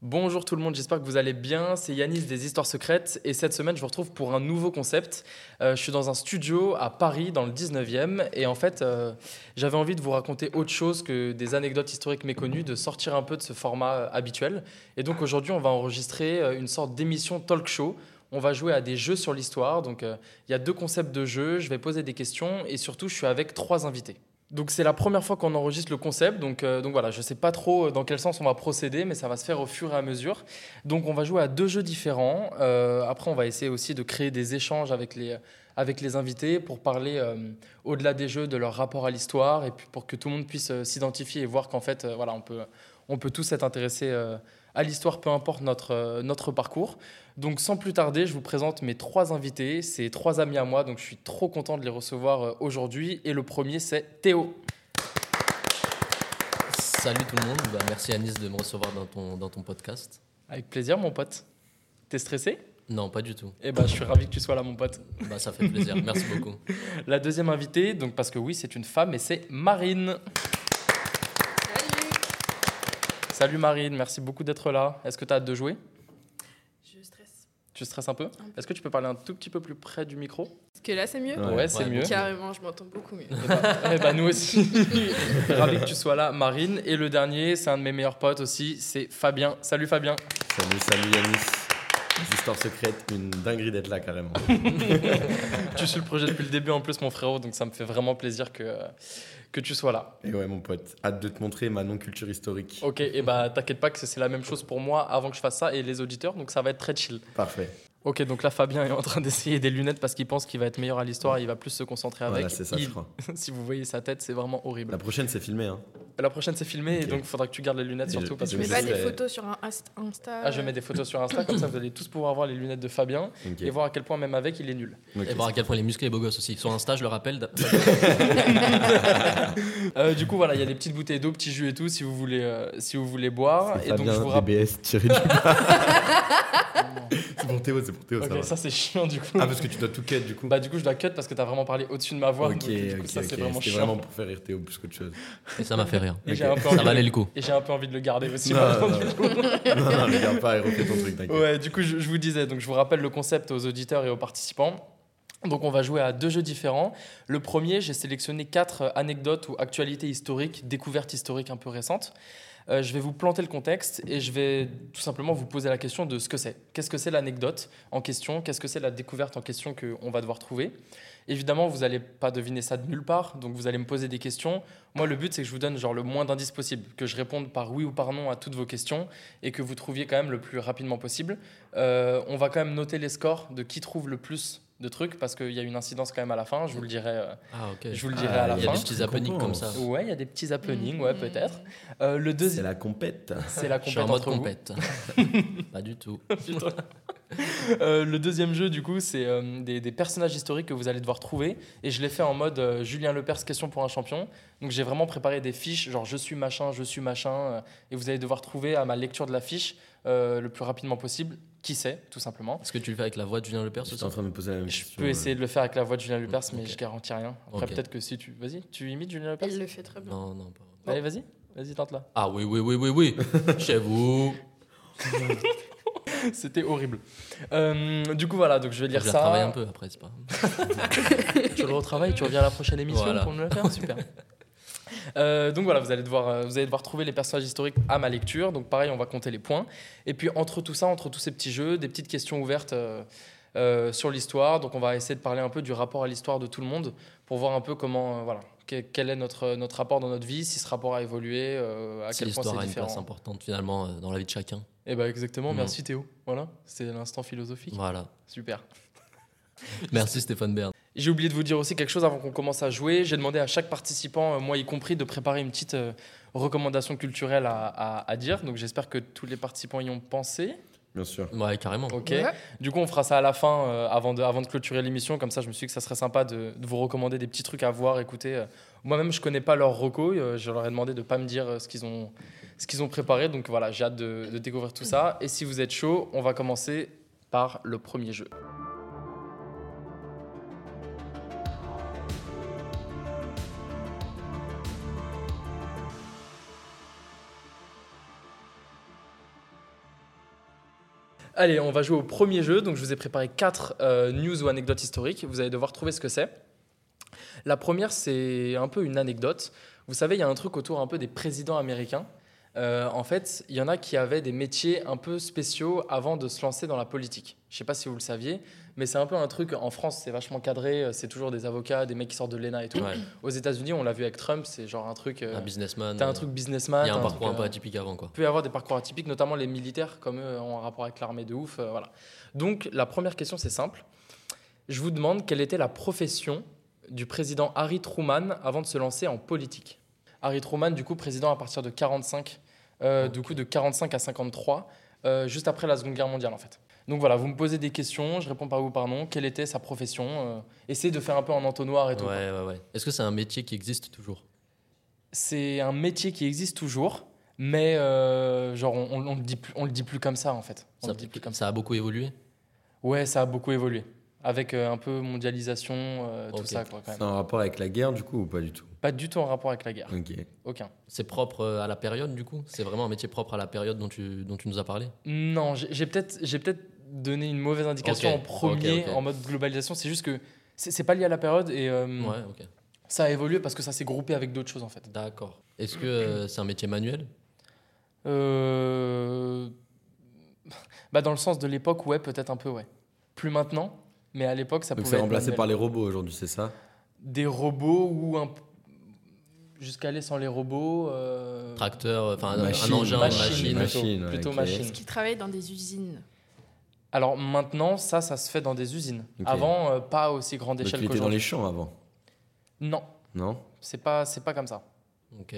Bonjour tout le monde, j'espère que vous allez bien. C'est Yanis des Histoires Secrètes et cette semaine je vous retrouve pour un nouveau concept. Euh, je suis dans un studio à Paris dans le 19e et en fait euh, j'avais envie de vous raconter autre chose que des anecdotes historiques méconnues, de sortir un peu de ce format euh, habituel. Et donc aujourd'hui on va enregistrer euh, une sorte d'émission talk show. On va jouer à des jeux sur l'histoire. Donc euh, il y a deux concepts de jeux, je vais poser des questions et surtout je suis avec trois invités. Donc c'est la première fois qu'on enregistre le concept, donc, euh, donc voilà, je ne sais pas trop euh, dans quel sens on va procéder, mais ça va se faire au fur et à mesure. Donc on va jouer à deux jeux différents. Euh, après on va essayer aussi de créer des échanges avec les, avec les invités pour parler euh, au-delà des jeux de leur rapport à l'histoire et puis pour que tout le monde puisse euh, s'identifier et voir qu'en fait euh, voilà on peut on peut tous être intéressés euh, à l'histoire, peu importe notre, euh, notre parcours. Donc sans plus tarder, je vous présente mes trois invités. C'est trois amis à moi, donc je suis trop content de les recevoir euh, aujourd'hui. Et le premier, c'est Théo. Salut tout le monde, Bah, merci Anis de me recevoir dans ton, dans ton podcast. Avec plaisir, mon pote. T'es stressé Non, pas du tout. Eh ben, je suis ravi que tu sois là, mon pote. Bah, ça fait plaisir, merci beaucoup. La deuxième invitée, donc parce que oui, c'est une femme, et c'est Marine. Salut Salut Marine, merci beaucoup d'être là. Est-ce que t'as hâte de jouer Je stresse. Tu stresses un peu Est-ce que tu peux parler un tout petit peu plus près du micro Est-ce que là c'est mieux Ouais, c'est mieux. Carrément, je m'entends beaucoup mieux. Eh ben- eh ben, nous aussi. Ravi que tu sois là, Marine. Et le dernier, c'est un de mes meilleurs potes aussi, c'est Fabien. Salut Fabien. Salut, salut Yanis. Les histoires secrètes, une dinguerie d'être là carrément. Tu suis le projet depuis le début en plus, mon frérot, donc ça me fait vraiment plaisir que, que tu sois là. Et ouais, mon pote, hâte de te montrer ma non-culture historique. Ok, et bah t'inquiète pas que c'est la même chose pour moi avant que je fasse ça et les auditeurs, donc ça va être très chill. Parfait. Ok, donc là Fabien est en train d'essayer des lunettes parce qu'il pense qu'il va être meilleur à l'histoire et il va plus se concentrer avec. Voilà, c'est ça, je Il- crois. si vous voyez sa tête, c'est vraiment horrible. La prochaine, c'est filmé. Hein. La, prochaine c'est filmé et Ok. donc faudra que tu gardes les lunettes Et surtout je- parce Je que Mais mets c'est- pas je des sais. photos sur un inst- Insta. Ah, je mets des photos sur Insta comme ça vous allez tous pouvoir voir les lunettes de Fabien Ok. et bah, voir à quel point même avec il est nul. Ok. Et voir à quel point les musclés et beaux gosses aussi. Sur Insta, je le rappelle. d'a- Euh, du coup voilà, il y a des petites bouteilles d'eau, petits jus et tout si vous voulez euh, si vous voulez boire et Fabien, donc je vous rappelle DBS, tiré du bas. c'est pour Théo, c'est pour Théo, ça Ok, va. ça c'est chiant du coup. Ah, parce que tu dois tout cut du coup. Bah du coup je dois cut parce que t'as vraiment parlé au-dessus de ma voix. ok, donc, du coup, ok, ça ok. c'est vraiment C'était chiant. vraiment pour faire rire Théo plus qu'autre chose. Et ça m'a fait rire. Et Ok. j'ai un peu Ça envie valait de- le coup. et j'ai un peu envie de le garder aussi. Non, par non, contre. non. non, non, regarde pas et refais ton truc, t'inquiète. Ouais, du coup je, je vous disais, donc je vous rappelle le concept aux auditeurs et aux participants. Donc on va jouer à deux jeux différents. Le premier, j'ai sélectionné quatre anecdotes ou actualités historiques, découvertes historiques un peu récentes. Euh, je vais vous planter le contexte et je vais tout simplement vous poser la question de ce que c'est. Qu'est-ce que c'est l'anecdote en question Qu'est-ce que c'est la découverte en question qu'on va devoir trouver Évidemment, vous n'allez pas deviner ça de nulle part, donc vous allez me poser des questions. Moi, le but, c'est que je vous donne genre le moins d'indices possible, que je réponde par oui ou par non à toutes vos questions et que vous trouviez quand même le plus rapidement possible. Euh, on va quand même noter les scores de qui trouve le plus de trucs parce qu'il y a une incidence quand même à la fin. Je vous le dirai, euh, Ah, ok. je vous le Ah, dirai à la Il y a fin. des petits happenings comme ça. Ouais, il y a des petits happenings, ouais, Mm. peut-être. Euh, le C'est deuxième, la compète. c'est la Je suis en compétence mode entre vous. compète. pas du tout. Putain. Euh, le deuxième jeu, du coup, c'est euh, des, des personnages historiques que vous allez devoir trouver. Et je l'ai fait en mode euh, Julien Lepers, question pour un champion. Donc j'ai vraiment préparé des fiches, genre je suis machin, je suis machin. euh, et vous allez devoir trouver à ma lecture de la fiche euh, le plus rapidement possible qui c'est, tout simplement. Est-ce que tu le fais avec la voix de Julien Lepers J'étais en train de me poser la même Je question. euh, peux essayer de le faire avec la voix de Julien Lepers, mais Ok. je garantis rien. Après, Ok. peut-être que si tu. Vas-y, tu imites Julien Lepers Elle le fait très bien. Non, non, pas. Allez, vas-y, vas-y, tente-la. Ah oui, oui, oui, oui, oui. Chez vous. C'était horrible. Euh, du coup, voilà, donc je vais Je vais lire ça. travailler un peu après, c'est pas. tu le retravailles, tu reviens à la prochaine émission Voilà. pour nous le faire, super. Euh, donc voilà, vous allez, devoir, euh, vous allez devoir trouver les personnages historiques à ma lecture. Donc pareil, on va compter les points. Et puis entre tout ça, entre tous ces petits jeux, des petites questions ouvertes euh, euh, sur l'histoire. Donc on va essayer de parler un peu du rapport à l'histoire de tout le monde pour voir un peu comment, euh, voilà, que- quel est notre, notre rapport dans notre vie, si ce rapport a évolué, euh, à Si quel point l'histoire c'est a une place hein. différent. importante finalement euh, dans la vie de chacun. Et bah exactement, Mhm. merci Théo. Voilà, c'est l'instant philosophique. Voilà. Super. Merci Stéphane Bern. J'ai oublié de vous dire aussi quelque chose avant qu'on commence à jouer. J'ai demandé à chaque participant, euh, moi y compris, de préparer une petite euh, recommandation culturelle à, à- à dire. Donc j'espère que tous les participants y ont pensé. Bien sûr. Ouais, carrément. Ok. Ouais. Du coup, on fera ça à la fin, euh, avant, de, avant de clôturer l'émission. Comme ça, je me suis dit que ça serait sympa de, de vous recommander des petits trucs à voir, écouter. Euh, Moi-même, je connais pas leur reco. euh, je leur ai demandé de pas me dire euh, ce qu'ils ont, ce qu'ils ont préparé. Donc voilà, j'ai hâte de, de découvrir tout ça. Et si vous êtes chaud, on va commencer par le premier jeu. Allez, on va jouer au premier jeu. Donc, je vous ai préparé quatre euh, news ou anecdotes historiques. Vous allez devoir trouver ce que c'est. La première, c'est un peu une anecdote. Vous savez, il y a un truc autour un peu des présidents américains. Euh, en fait, il y en a qui avaient des métiers un peu spéciaux avant de se lancer dans la politique. Je ne sais pas si vous le saviez, mais c'est un peu un truc. En France, c'est vachement cadré. euh, C'est toujours des avocats, des mecs qui sortent de l'ENA et tout. Ouais, Aux États-Unis, on l'a vu avec Trump, c'est genre un truc. euh, un businessman. T'as un euh, truc businessman. Il y a t'as un parcours un truc, peu euh, atypique avant, quoi. il peut y avoir des parcours atypiques, notamment les militaires, comme eux ont un rapport avec l'armée de ouf. euh, voilà. Donc, la première question, c'est simple. Je vous demande quelle était la profession du président Harry Truman avant de se lancer en politique. Harry Truman, du coup, président à partir de 45, euh, du coup, de 45 à 53, euh, juste après la Seconde Guerre mondiale, en fait. Donc voilà, vous me posez des questions, je réponds par oui ou par non. Quelle était sa profession euh, Essayez de faire un peu en entonnoir et Ouais, tout. ouais, ouais. Est-ce que c'est un métier qui existe toujours C'est un métier qui existe toujours, mais euh, genre on, on- on le dit plus, on le dit plus comme ça en fait. On ça, le dit plus comme ça. ça a beaucoup évolué. Ouais, ça a beaucoup évolué avec euh, un peu mondialisation, euh, tout Ok. ça quoi. Quand C'est même. en rapport avec la guerre, du coup, ou pas du tout Pas du tout en rapport avec la guerre, Ok. aucun. C'est propre euh, à la période, du coup C'est vraiment un métier propre à la période dont tu, dont tu nous as parlé Non, j'ai j'ai peut-être j'ai peut-être donné une mauvaise indication Ok, en premier ok, ok. en mode globalisation. C'est juste que c'est c'est pas lié à la période et euh, Ouais, ok. ça a évolué parce que ça s'est groupé avec d'autres choses en fait. D'accord. Est-ce que euh, c'est un métier manuel Euh, Bah dans le sens de l'époque, ouais, peut-être un peu, ouais. Plus maintenant, mais à l'époque, ça Donc pouvait c'est être remplacé manuel. par les robots aujourd'hui, c'est ça des robots ou un jusqu'à aller sans les robots euh, Tracteur, enfin un- Machine. un engin, Machine. une machine. Machine. ouais, plutôt ok. machine. Qui travaille dans des usines. Alors maintenant, ça, ça se fait dans des usines. Ok. Avant, euh, pas aussi grande Donc échelle il était dans qu'aujourd'hui. les champs avant, Non, non c'est pas, c'est pas comme ça. Ok.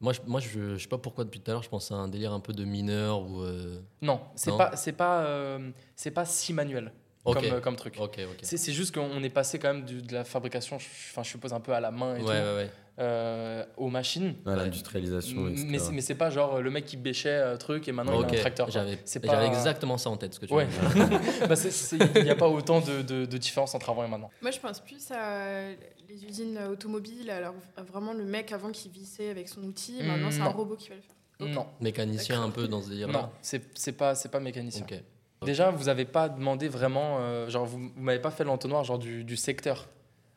Moi, je, moi je, je sais pas pourquoi depuis tout à l'heure, je pense à un délire un peu de mineur ou. euh, Non, c'est Non. pas, c'est pas, euh, c'est pas si manuel Ok. comme, euh, comme truc. Ok, ok. C'est c'est juste qu'on est passé quand même du- de la fabrication, je- enfin je suppose un peu à la main et Ouais, tout, ouais, ouais. euh, aux machines. Ouais, Ouais. L'industrialisation, etc. Mais c'est- mais c'est pas genre euh, le mec qui bêchait euh, truc et maintenant Ok, il a un tracteur. quoi. J'avais C'est j'avais pas- exactement ça en tête, ce que tu Ouais. m'as dit. Bah, c'est- c'est- Il n'y a pas autant de, de- de différence entre avant et maintenant. Moi, je pense plus à les usines automobiles. Alors, à vraiment, le mec avant qui vissait avec son outil, maintenant, c'est Mm, un Non. Mm. robot qui va le faire. Mm. Ok. Non, Mécanicien un peu dans ce non, délire-là. c'est c'est pas, c'est pas mécanicien. Ok. Déjà, vous n'avez pas demandé vraiment, euh, genre vous, vous m'avez pas fait l'entonnoir genre du, du secteur.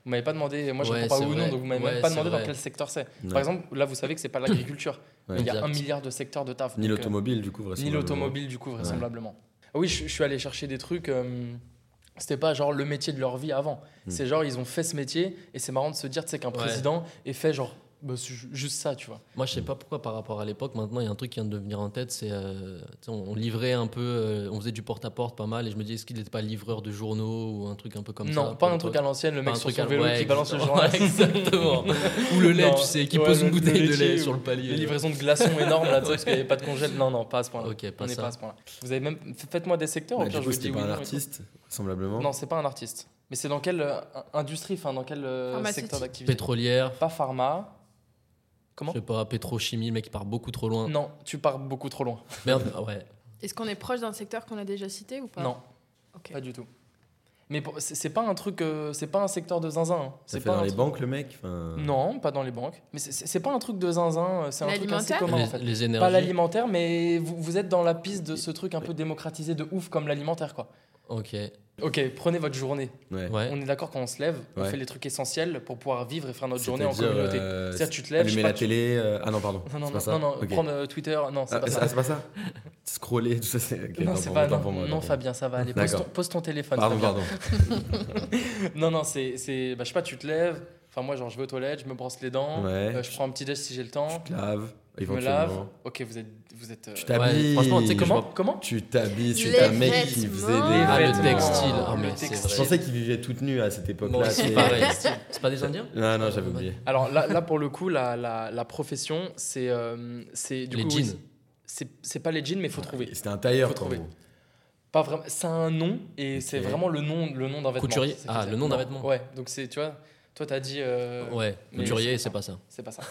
Vous m'avez pas demandé, moi je ne Ouais, réponds pas c'est oui ou non, vrai. donc vous m'avez même Ouais, pas c'est demandé dans vrai. quel secteur c'est. Ouais. Par exemple, là vous savez que c'est pas l'agriculture, mais il y a Exact. un milliard de secteurs de taf. donc, Ni euh, l'automobile, du coup, Ni vraisemblablement. l'automobile du coup vraisemblablement. Ah Oui, je, je suis allé chercher des trucs. euh, c'était pas genre le métier de leur vie avant. Hmm. C'est genre ils ont fait ce métier et c'est marrant de se dire tu sais qu'un Ouais. président ait fait genre bah, c'est ju- juste ça, tu vois. Moi, je sais pas pourquoi par rapport à l'époque, maintenant, il y a un truc qui vient de me venir en tête, c'est euh, tu sais, on, on livrait un peu, euh, on faisait du porte-à-porte pas mal, et je me dis, est-ce qu'il n'était pas livreur de journaux ou un truc un peu comme ça non, pas un truc à l'ancienne, le mec sur son vélo qui balance le journal. journal. Exactement. ou le lait, Non. tu sais, qui Ouais, pose le- une le bouteille de laitier lait ou- sur le palier. Les livraisons de glaçons énormes là, tu sais, parce qu'il n'y avait pas de congèle. Non, non, pas à ce point-là. Ok, On pas n'est ça. pas à ce point-là. Vous avez même. f- Faites-moi des secteurs, Ouais, au pire Bah, du je coup, vous dis c'était oui, pas un non et artiste, tout. vraisemblablement. Non, c'est pas un artiste. Mais c'est dans quelle euh, industrie, enfin dans quel euh, Pharmaceutique. secteur d'activité Pétrolière, Pas pharma. Comment je sais pas, pétrochimie, le mec il part beaucoup trop Hein. loin. Non, tu pars beaucoup trop loin. Merde, ah ouais. Est-ce qu'on est proche d'un secteur qu'on a déjà cité ou pas Non, Ah, Ok. pas du tout. Mais pour- c'est c'est pas un truc, euh, c'est pas un secteur de zinzin. hein. Ça C'est fait pas dans un les truc- banques, euh. le mec enfin, Non, pas dans les banques. Mais c'est- c'est c'est pas un truc de zinzin. euh, C'est un truc assez L'alimentaire commun les, en fait. les Pas énergies. l'alimentaire, mais vous, vous êtes dans la piste de ce truc un peu démocratisé de ouf comme l'alimentaire quoi. Ok, Ok, prenez votre journée. Ouais. ouais. On est d'accord quand on se lève, on Ouais. fait les trucs essentiels pour pouvoir vivre et faire notre journée en C'est-à-dire, communauté. euh, C'est-à-dire tu te lèves, je sais Allumer pas, la tu- télé. euh, Ah non, pardon. Non, non, non, c'est pas ça non, non, Ok. prendre euh, Twitter, non, c'est Ah, pas c'est ça. ah, c'est pas ça Scroller, tout ça, c'est. ok, non, autant c'est pour- pas, autant non, pour moi, non, autant pour moi. Fabien, ça va aller. Pose ton, D'accord. Bah, pose ton téléphone. Pardon, Fabien. pardon. Non, non, c'est, c'est bah, je sais pas, tu te lèves. Enfin, moi, genre, je vais aux toilettes, je me brosse les dents, Ouais. euh, je prends un petit déj si j'ai le Tu temps, te laves, je me éventuellement. lave. Ok, vous êtes. Vous êtes euh, Tu Ouais, t'habilles. franchement, tu sais Comment Je vois- Comment Tu t'habilles, Les c'est un mec qui vêtements. faisait des. Les Ah, le vêtements. textile. Ah, Le mais c'est textile. Je vrai. pensais qu'il vivait toute nue à cette Moi époque-là. aussi, c'est- pareil. C'est pas des Indiens Non, non, j'avais oublié. Alors là, là, pour le coup, la, la, la profession, c'est. euh, c'est du Les coup, oui, jeans. c'est- c'est, c'est pas les jeans, mais faut trouver. Ah, C'était un Faut tailleur, quoi, en trouver. gros. Pas vraiment. Ça a un nom et c'est Ok. vraiment le nom, le nom d'un vêtement. Couturier. C'est Ah, comme le ça. nom d'un Non. vêtement. Ouais, donc c'est, tu vois, toi t'as dit. euh, Ouais, mais couturier, c'est c'est pas pas ça. C'est pas ça.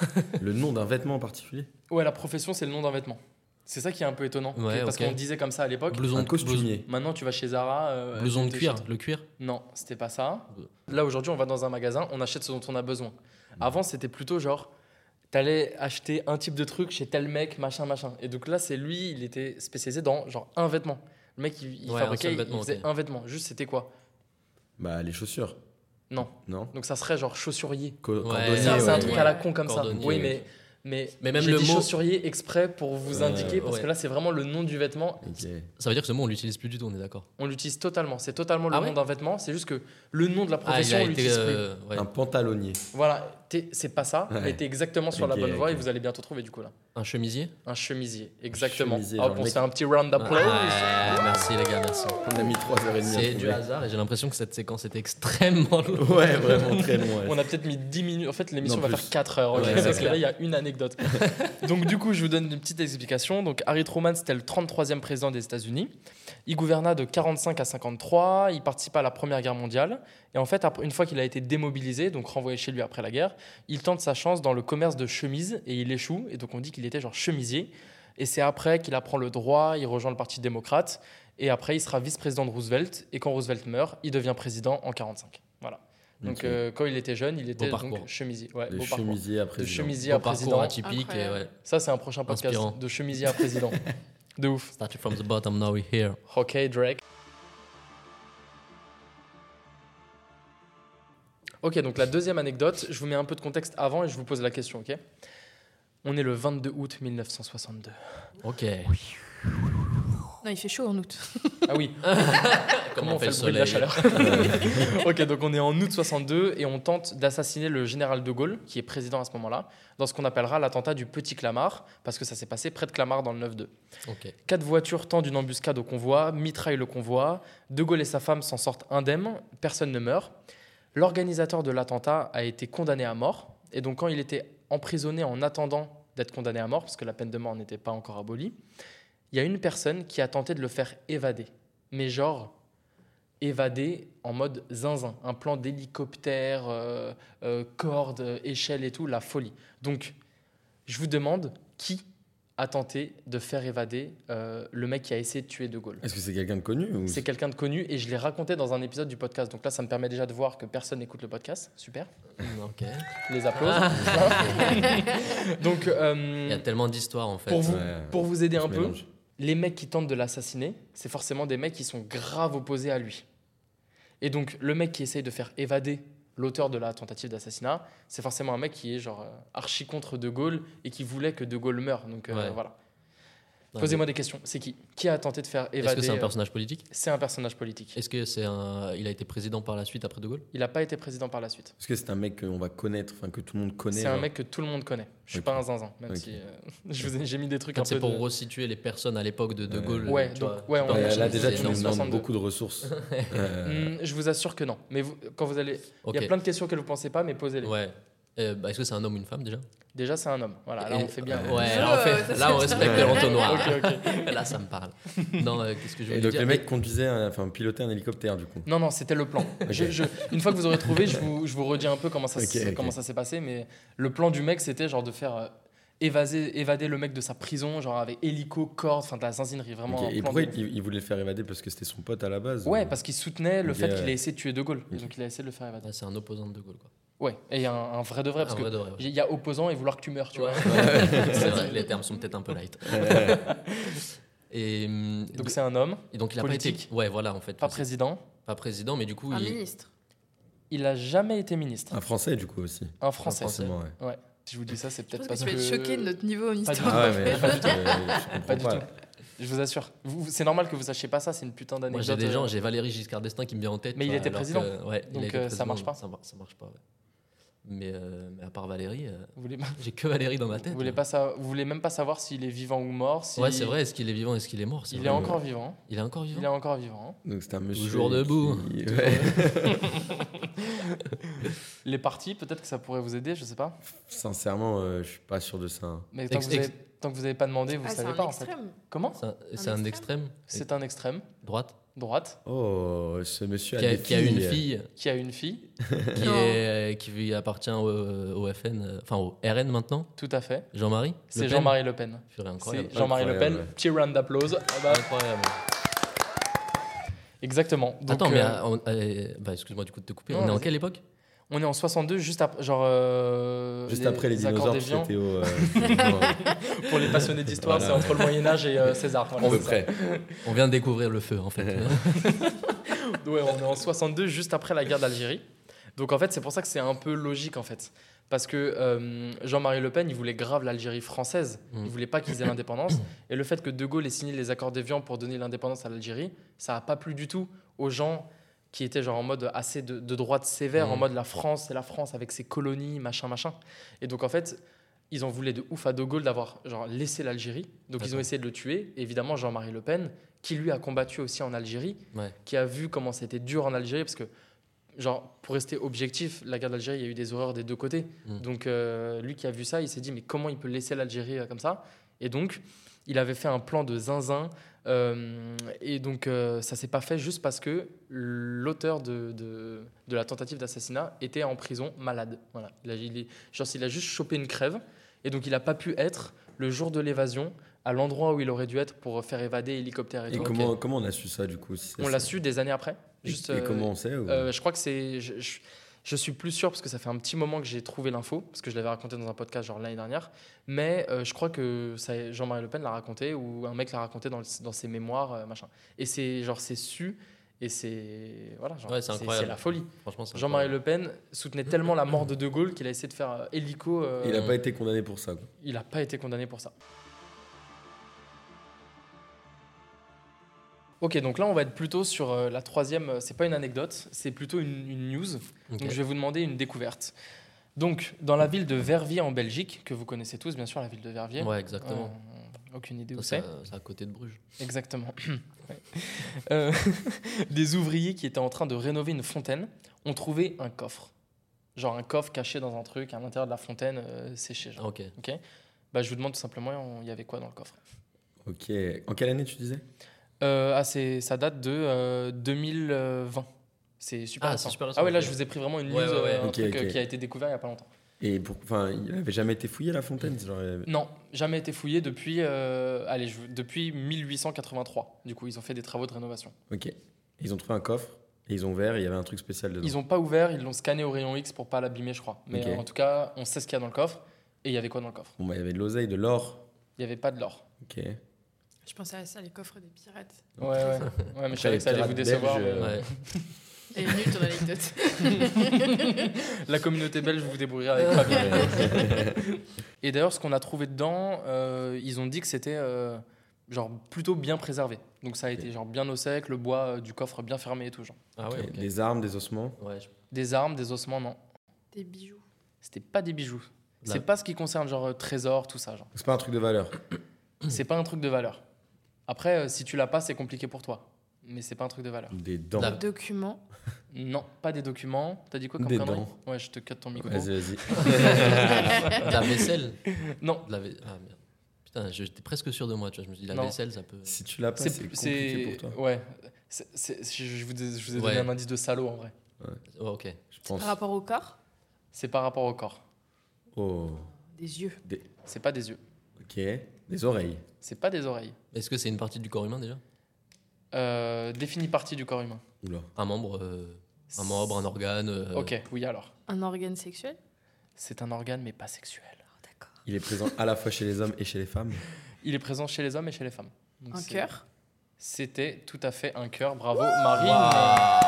Le nom d'un vêtement en particulier Ouais, la profession, c'est le nom d'un vêtement. C'est ça qui est un peu étonnant. Ouais, parce ok. qu'on disait comme ça à l'époque. Blouson Un de blouson- costumier. Maintenant, tu vas chez Zara. euh, Blouson de t'es cuir, Euh. chez- le cuir. Non, c'était pas ça. Là, aujourd'hui, on va dans un magasin, on achète ce dont on a besoin. Avant, c'était plutôt genre, t'allais acheter un type de truc chez tel mec, machin, machin. Et donc là, c'est lui, il était spécialisé dans genre un vêtement. Le mec, il, il Ouais, un fabriquait, seul il- vêtement, il faisait ok. un vêtement. Juste, c'était quoi Bah, les chaussures. Non. Non Donc ça serait genre chaussurier. Co- Ouais. cordonnier, C'est un- c'est un ouais. truc ouais. à la con comme ça. Cordonnier, Oui, oui. mais. Mais, Mais même j'ai le dit mot- chaussurier exprès pour vous Euh, indiquer, parce ouais. que là, c'est vraiment le nom du vêtement. Ok. Ça veut dire que ce mot, on l'utilise plus du tout, on est d'accord. On l'utilise totalement. C'est totalement le Ah nom ouais Ah, d'un vêtement. C'est juste que le nom de la profession, on l'utilise plus. euh, ouais. Un pantalonnier. Voilà, t'es- c'est pas ça, Ouais. mais t'es exactement sur Ok, la bonne voie ok. et vous allez bientôt trouver du coup là. un chemisier. Un chemisier, exactement. Chemisier, genre Hop, le on mec- se fait un petit round d'applause. Ouais, merci les gars, merci. On a mis 3h30. C'est du hasard et j'ai l'impression que cette séquence était extrêmement longue. Ouais, vraiment très loin. On a peut-être mis 10 minutes. En fait, l'émission va Non, plus. faire 4 heures. ok, Ouais, parce c'est que là, il y a une anecdote. Donc, du coup, je vous donne une petite explication. Donc, Harry Truman, c'était le 33e président des États-Unis. Il gouverna de 45 à 53. Il participa à la Première Guerre mondiale. Et en fait, après- une fois qu'il a été démobilisé, donc renvoyé chez lui après la guerre, il tente sa chance dans le commerce de chemises et il échoue. Et donc, on dit qu'il était genre chemisier. Et c'est après qu'il apprend le droit, il rejoint le Parti démocrate. Et après, il sera vice-président de Roosevelt. Et quand Roosevelt meurt, il devient président en 45. Voilà. Donc Ok. euh, quand il était jeune, il était donc parcours. chemisier. Ouais, de beau parcours. chemisier après. De chemisier Au à parcours président. atypique. Et, ouais. Incroyable. Ça, c'est un prochain podcast Inspirant. de chemisier à président. de ouf. Started from the bottom, now we're here. Ok, Drake. Ok, donc la deuxième anecdote, je vous mets un peu de contexte avant et je vous pose la question, ok On est le 22 août 1962. Ok. Non, il fait chaud en août. Ah oui, comment on fait le bruit de la chaleur Ok, donc on est en août 62 et on tente d'assassiner le général de Gaulle, qui est président à ce moment-là, dans ce qu'on appellera l'attentat du Petit Clamart, parce que ça s'est passé près de Clamart dans le 9-2. Ok. Quatre voitures tendent une embuscade au convoi, mitraillent le convoi. De Gaulle et sa femme s'en sortent indemnes, personne ne meurt. L'organisateur de l'attentat a été condamné à mort. Et donc, quand il était emprisonné en attendant d'être condamné à mort, parce que la peine de mort n'était pas encore abolie, il y a une personne qui a tenté de le faire évader. Mais genre, évader en mode zinzin. Un plan d'hélicoptère, euh, euh, corde, euh, échelle et tout, la folie. Donc, je vous demande qui a tenté de faire évader euh, le mec qui a essayé de tuer De Gaulle. Est-ce que c'est quelqu'un de connu ou... C'est quelqu'un de connu et je l'ai raconté dans un épisode du podcast. Donc là, ça me permet déjà de voir que personne n'écoute le podcast. Super. Ok. Les applaudissements. Ah. Donc, euh, Il y a tellement d'histoires en fait. pour, vous, Ouais. pour vous aider on se un peu, mélange. les mecs qui tentent de l'assassiner, c'est forcément des mecs qui sont grave opposés à lui. Et donc, le mec qui essaye de faire évader l'auteur de la tentative d'assassinat, c'est forcément un mec qui est genre euh, archi contre De Gaulle et qui voulait que De Gaulle meure. Donc euh, Ouais. voilà. Non, Posez-moi des questions. C'est qui Qui a tenté de faire mais Est-ce évader que c'est un euh, personnage politique C'est un personnage politique. Est-ce que c'est un. Il a été président par la suite après De Gaulle Il n'a pas été président par la suite. Est-ce que c'est un mec qu'on va connaître, enfin que tout le monde connaît C'est un genre mec que tout le monde connaît. Je suis Ok. pas un zinzin, même Ok. si euh, je vous ai- j'ai mis des trucs un Quand c'est peu. pour de- resituer les personnes à l'époque de De Ouais. Gaulle. Ouais, tu donc, vois, ouais, tu on parles est Ouais, de là Personne déjà qui tu est nous né en demandes 62. beaucoup de ressources. Euh, Hmm, je vous assure que non. Mais vous- quand vous allez, il Ok. y a plein de questions que vous pensez pas, mais posez-les. Ouais. Euh, bah, Est-ce que c'est un homme ou une femme déjà Déjà, c'est un homme. Voilà, Ah, là Et- on fait bien. Ouais, Euh, là on, fait- ça, là, on respecte Ouais. l'entonnoir. Ok, ok. Là ça me parle. Non, euh, qu'est-ce que je Et voulais donc dire le mec conduisait, un- enfin pilotait un hélicoptère du coup. Non, non, c'était le plan. Je- je- une fois que vous aurez trouvé, je vous, je vous redis un peu comment ça, s- Ok, ok. comment ça s'est passé. Mais le plan du mec, c'était genre de faire euh, évaser, évader le mec de sa prison, genre avec hélico, corde, enfin de la zinzinerie. Vraiment. Ok, un Et plan pourquoi de- il, il voulait le faire évader parce que c'était son pote à la base Ouais, ou- parce qu'il soutenait le Ok, fait ouais. qu'il ait essayé de tuer De Gaulle. Et Ok. donc il a essayé de le faire évader. Ouais, ah, c'est un opposant de De Gaulle. Quoi. Ouais, et il y a un, un vrai de vrai, Un parce vrai que de vrai, ouais. il y a opposant et vouloir que tu meurs, tu vois. C'est vrai, les termes sont peut-être un peu light. Et hum, Donc c'est un homme, et donc il a pas été. politique. Ouais, voilà en fait. pas c'est- président. pas président, mais du coup Ah, Un il. ministre. Il a jamais été ministre. Un français du coup aussi. Un Français. Français. Forcément, ouais. Ouais. Si je vous dis ça, c'est Je pense peut-être que parce tu que. vas être choqué de notre niveau en Pas du histoire. Ah ouais, mais je, je comprends Pas du pas. tout. Je vous assure. Vous- vous- c'est normal que vous sachiez pas ça. C'est une putain Moi d'anecdote. j'ai des gens, euh, j'ai Valérie Giscard d'Estaing qui me vient en tête. Mais il quoi, était alors président. que- ouais, il Donc, a été euh, ça président, marche pas. Ça, mar- ça marche pas. ouais. Mais, euh, mais à part Valérie, euh, Vous voulez, pas- j'ai que Valérie dans ma tête. euh. vous voulez pas sa- vous voulez même pas savoir s'il est vivant ou mort. si- Ouais, c'est vrai. Est-ce qu'il est vivant Est-ce qu'il est mort c'est Il vrai, est mais- encore vivant. Il est encore Il est vivant. encore vivant. Donc c'était un monsieur. Toujours qui- debout. Ouais. Les partis, peut-être que ça pourrait vous aider, je sais pas. Sincèrement, euh, je suis pas sûr de ça. hein. Mais tant, Ex- que, vous ex- avez, tant que vous avez pas demandé, vous Ah, c'est savez un pas en fait. extrême. Comment C'est un- C'est Un un extrême extrême. C'est un extrême Droite. droite Oh, ce monsieur Qui a, des qui a une filles. fille qui a une fille. qui, Non. est, qui lui appartient au, au FN, euh, enfin au RN maintenant, Tout à fait. Jean-Marie. Le C'est Pen. Jean-Marie Le Pen. Purée, incroyable. C'est Jean-Marie Le Pen. Incroyable. Petit round d'applause. Ah bah, Incroyable. Exactement. Donc, Attends, mais euh, euh, euh, on- euh, bah, excuse-moi du coup de te couper. Non, on est en vas-y. quelle époque On est en 62, juste après, genre, euh, Juste après les accords dinosaures, d'Évian. c'était au. euh, Pour les passionnés d'histoire, c'est Voilà. entre le Moyen Âge et euh, César. Voilà, à peu c'est ça. près. On vient de découvrir le feu, en fait. Ouais, on est en 62, juste après la guerre d'Algérie. Donc en fait, c'est pour ça que c'est un peu logique en fait. Parce que euh, Jean-Marie Le Pen, il voulait grave l'Algérie française. Mm. Il voulait pas qu'ils aient l'indépendance. Et le fait que De Gaulle ait signé les accords d'Évian pour donner l'indépendance à l'Algérie, ça a pas plu du tout aux gens qui étaient genre en mode assez de, de droite sévère, Mm. en mode la France, c'est la France avec ses colonies, machin, machin. Et donc en fait, ils en voulaient de ouf à De Gaulle d'avoir genre laissé l'Algérie. Donc ils ont D'accord. essayé de le tuer. Et évidemment, Jean-Marie Le Pen, qui lui a combattu aussi en Algérie, Ouais. qui a vu comment c'était dur en Algérie, parce que, genre, pour rester objectif, la guerre d'Algérie, il y a eu des horreurs des deux côtés. Mm. Donc, euh, lui qui a vu ça, il s'est dit, mais comment il peut laisser l'Algérie euh, comme ça Et donc, il avait fait un plan de zinzin. euh, et donc, euh, ça s'est pas fait juste parce que l'auteur de, de, de la tentative d'assassinat était en prison malade. Voilà. Il a, il est- genre, il a juste chopé une crève. Et donc, il n'a pas pu être le jour de l'évasion à l'endroit où il aurait dû être pour faire évader hélicoptère et, Et tout. comment, comment on a su ça du coup si ça On l'a s'est- su des années après. Juste, et, et euh, comment on sait ou- euh, je crois que c'est. Je, je- je suis plus sûr parce que ça fait un petit moment que j'ai trouvé l'info, parce que je l'avais raconté dans un podcast genre l'année dernière. Mais euh, je crois que ça- Jean-Marie Le Pen l'a raconté ou un mec l'a raconté dans, le- dans ses mémoires, euh, machin. Et c'est genre c'est su et c'est voilà, genre, Ouais, c'est c'est incroyable. c'est la folie. Franchement, c'est Jean-Marie incroyable. Le Pen soutenait tellement la mort de De Gaulle qu'il a essayé de faire euh, hélico. euh, Il n'a pas été condamné pour ça. quoi. il n'a pas été condamné pour ça. Ok, donc là on va être plutôt sur euh, la troisième. euh, C'est pas une anecdote, c'est plutôt une, une news. Ok. Donc je vais vous demander une découverte. Donc dans la ville de Verviers en Belgique, que vous connaissez tous bien sûr, la ville de Verviers. Ouais, exactement. Euh, aucune idée où Ça, c'est. c'est à- c'est à côté de Bruges. Exactement. Ouais. Euh, des ouvriers qui étaient en train de rénover une fontaine ont trouvé un coffre. Genre un coffre caché dans un truc à l'intérieur de la fontaine euh, séché. genre. Ah, ok. Bah, je vous demande tout simplement, il y avait quoi dans le coffre Ok. En quelle année tu disais euh, ah, c'est- Ça date de euh, 2020. C'est super Ah, récent. c'est super récent, Ah ouais, là, ok. je vous ai pris vraiment une news, Ouais, ouais, ouais. euh, un Ok, truc euh, ok. qui a été découvert il n'y a pas longtemps. Et pour, enfin, il n'avait jamais été fouillé la fontaine. genre, euh, Non, jamais été fouillé depuis, euh, allez, je vous- depuis 1883. Du coup, ils ont fait des travaux de rénovation. Ok. Ils ont trouvé un coffre et ils ont ouvert. et Il y avait un truc spécial dedans. Ils n'ont pas ouvert, ils l'ont scanné au rayon X pour pas l'abîmer, je crois. Mais Ok. euh, en tout cas, on sait ce qu'il y a dans le coffre. Et il y avait quoi dans le coffre Bon, bah, il y avait de l'oseille, de l'or. Il n'y avait pas de l'or. Ok. Ouais, Je pensais à ça, les coffres des pirates. Ouais, ouais. ouais mais je savais les que ça allait vous pirates décevoir. belges, mais- euh, Ouais. Elle est nulle ton anecdote. La communauté belge, vous vous débrouillerez avec Fabien. Et d'ailleurs, ce qu'on a trouvé dedans, euh, ils ont dit que c'était euh, genre plutôt bien préservé. Donc ça a été genre bien au sec, le bois euh, du coffre bien fermé et tout. Genre. Ah ouais, ok. Des armes, des ossements. Ouais, je- Des armes, des ossements, non. Des bijoux. C'était pas des bijoux. Là. C'est pas ce qui concerne genre euh, trésor, tout ça. Genre. C'est pas un truc de valeur. Mmh. C'est pas un truc de valeur. Après, euh, si tu l'as pas, c'est compliqué pour toi. Mais c'est pas un truc de valeur. Des dents. La- Documents. Non, pas des documents. T'as dit quoi comme Des connerie dents. Ouais, je te cut ton micro. Vas-y, vas-y. Ah. De la vaisselle Non, De la vai- Ah merde. Putain, je- j'étais presque sûr de moi, tu vois. Je me suis dit, la Non. vaisselle, ça peut. Si tu l'as pas, c'est c'est compliqué pour toi. Ouais. C'est- c'est- je, vous, ai- je vous ai donné Ouais. un indice de salaud en vrai. Oh, ok. Je Par pense. rapport au corps. C'est par rapport au corps. Oh. Des yeux. C'est pas des yeux. Ok. Des oreilles. C'est pas des oreilles. Est-ce que c'est une partie du corps humain déjà Euh, définis partie du corps humain. Oula. Un membre, euh, un membre, un organe. euh, Ok, oui alors. Un organe sexuel. C'est un organe mais pas sexuel. Oh, D'accord. Il est présent à la fois chez les hommes et chez les femmes. Il est présent chez les hommes et chez les femmes. Donc, Un c'est- cœur. C'était tout à fait un cœur. Bravo Marine. Waouh.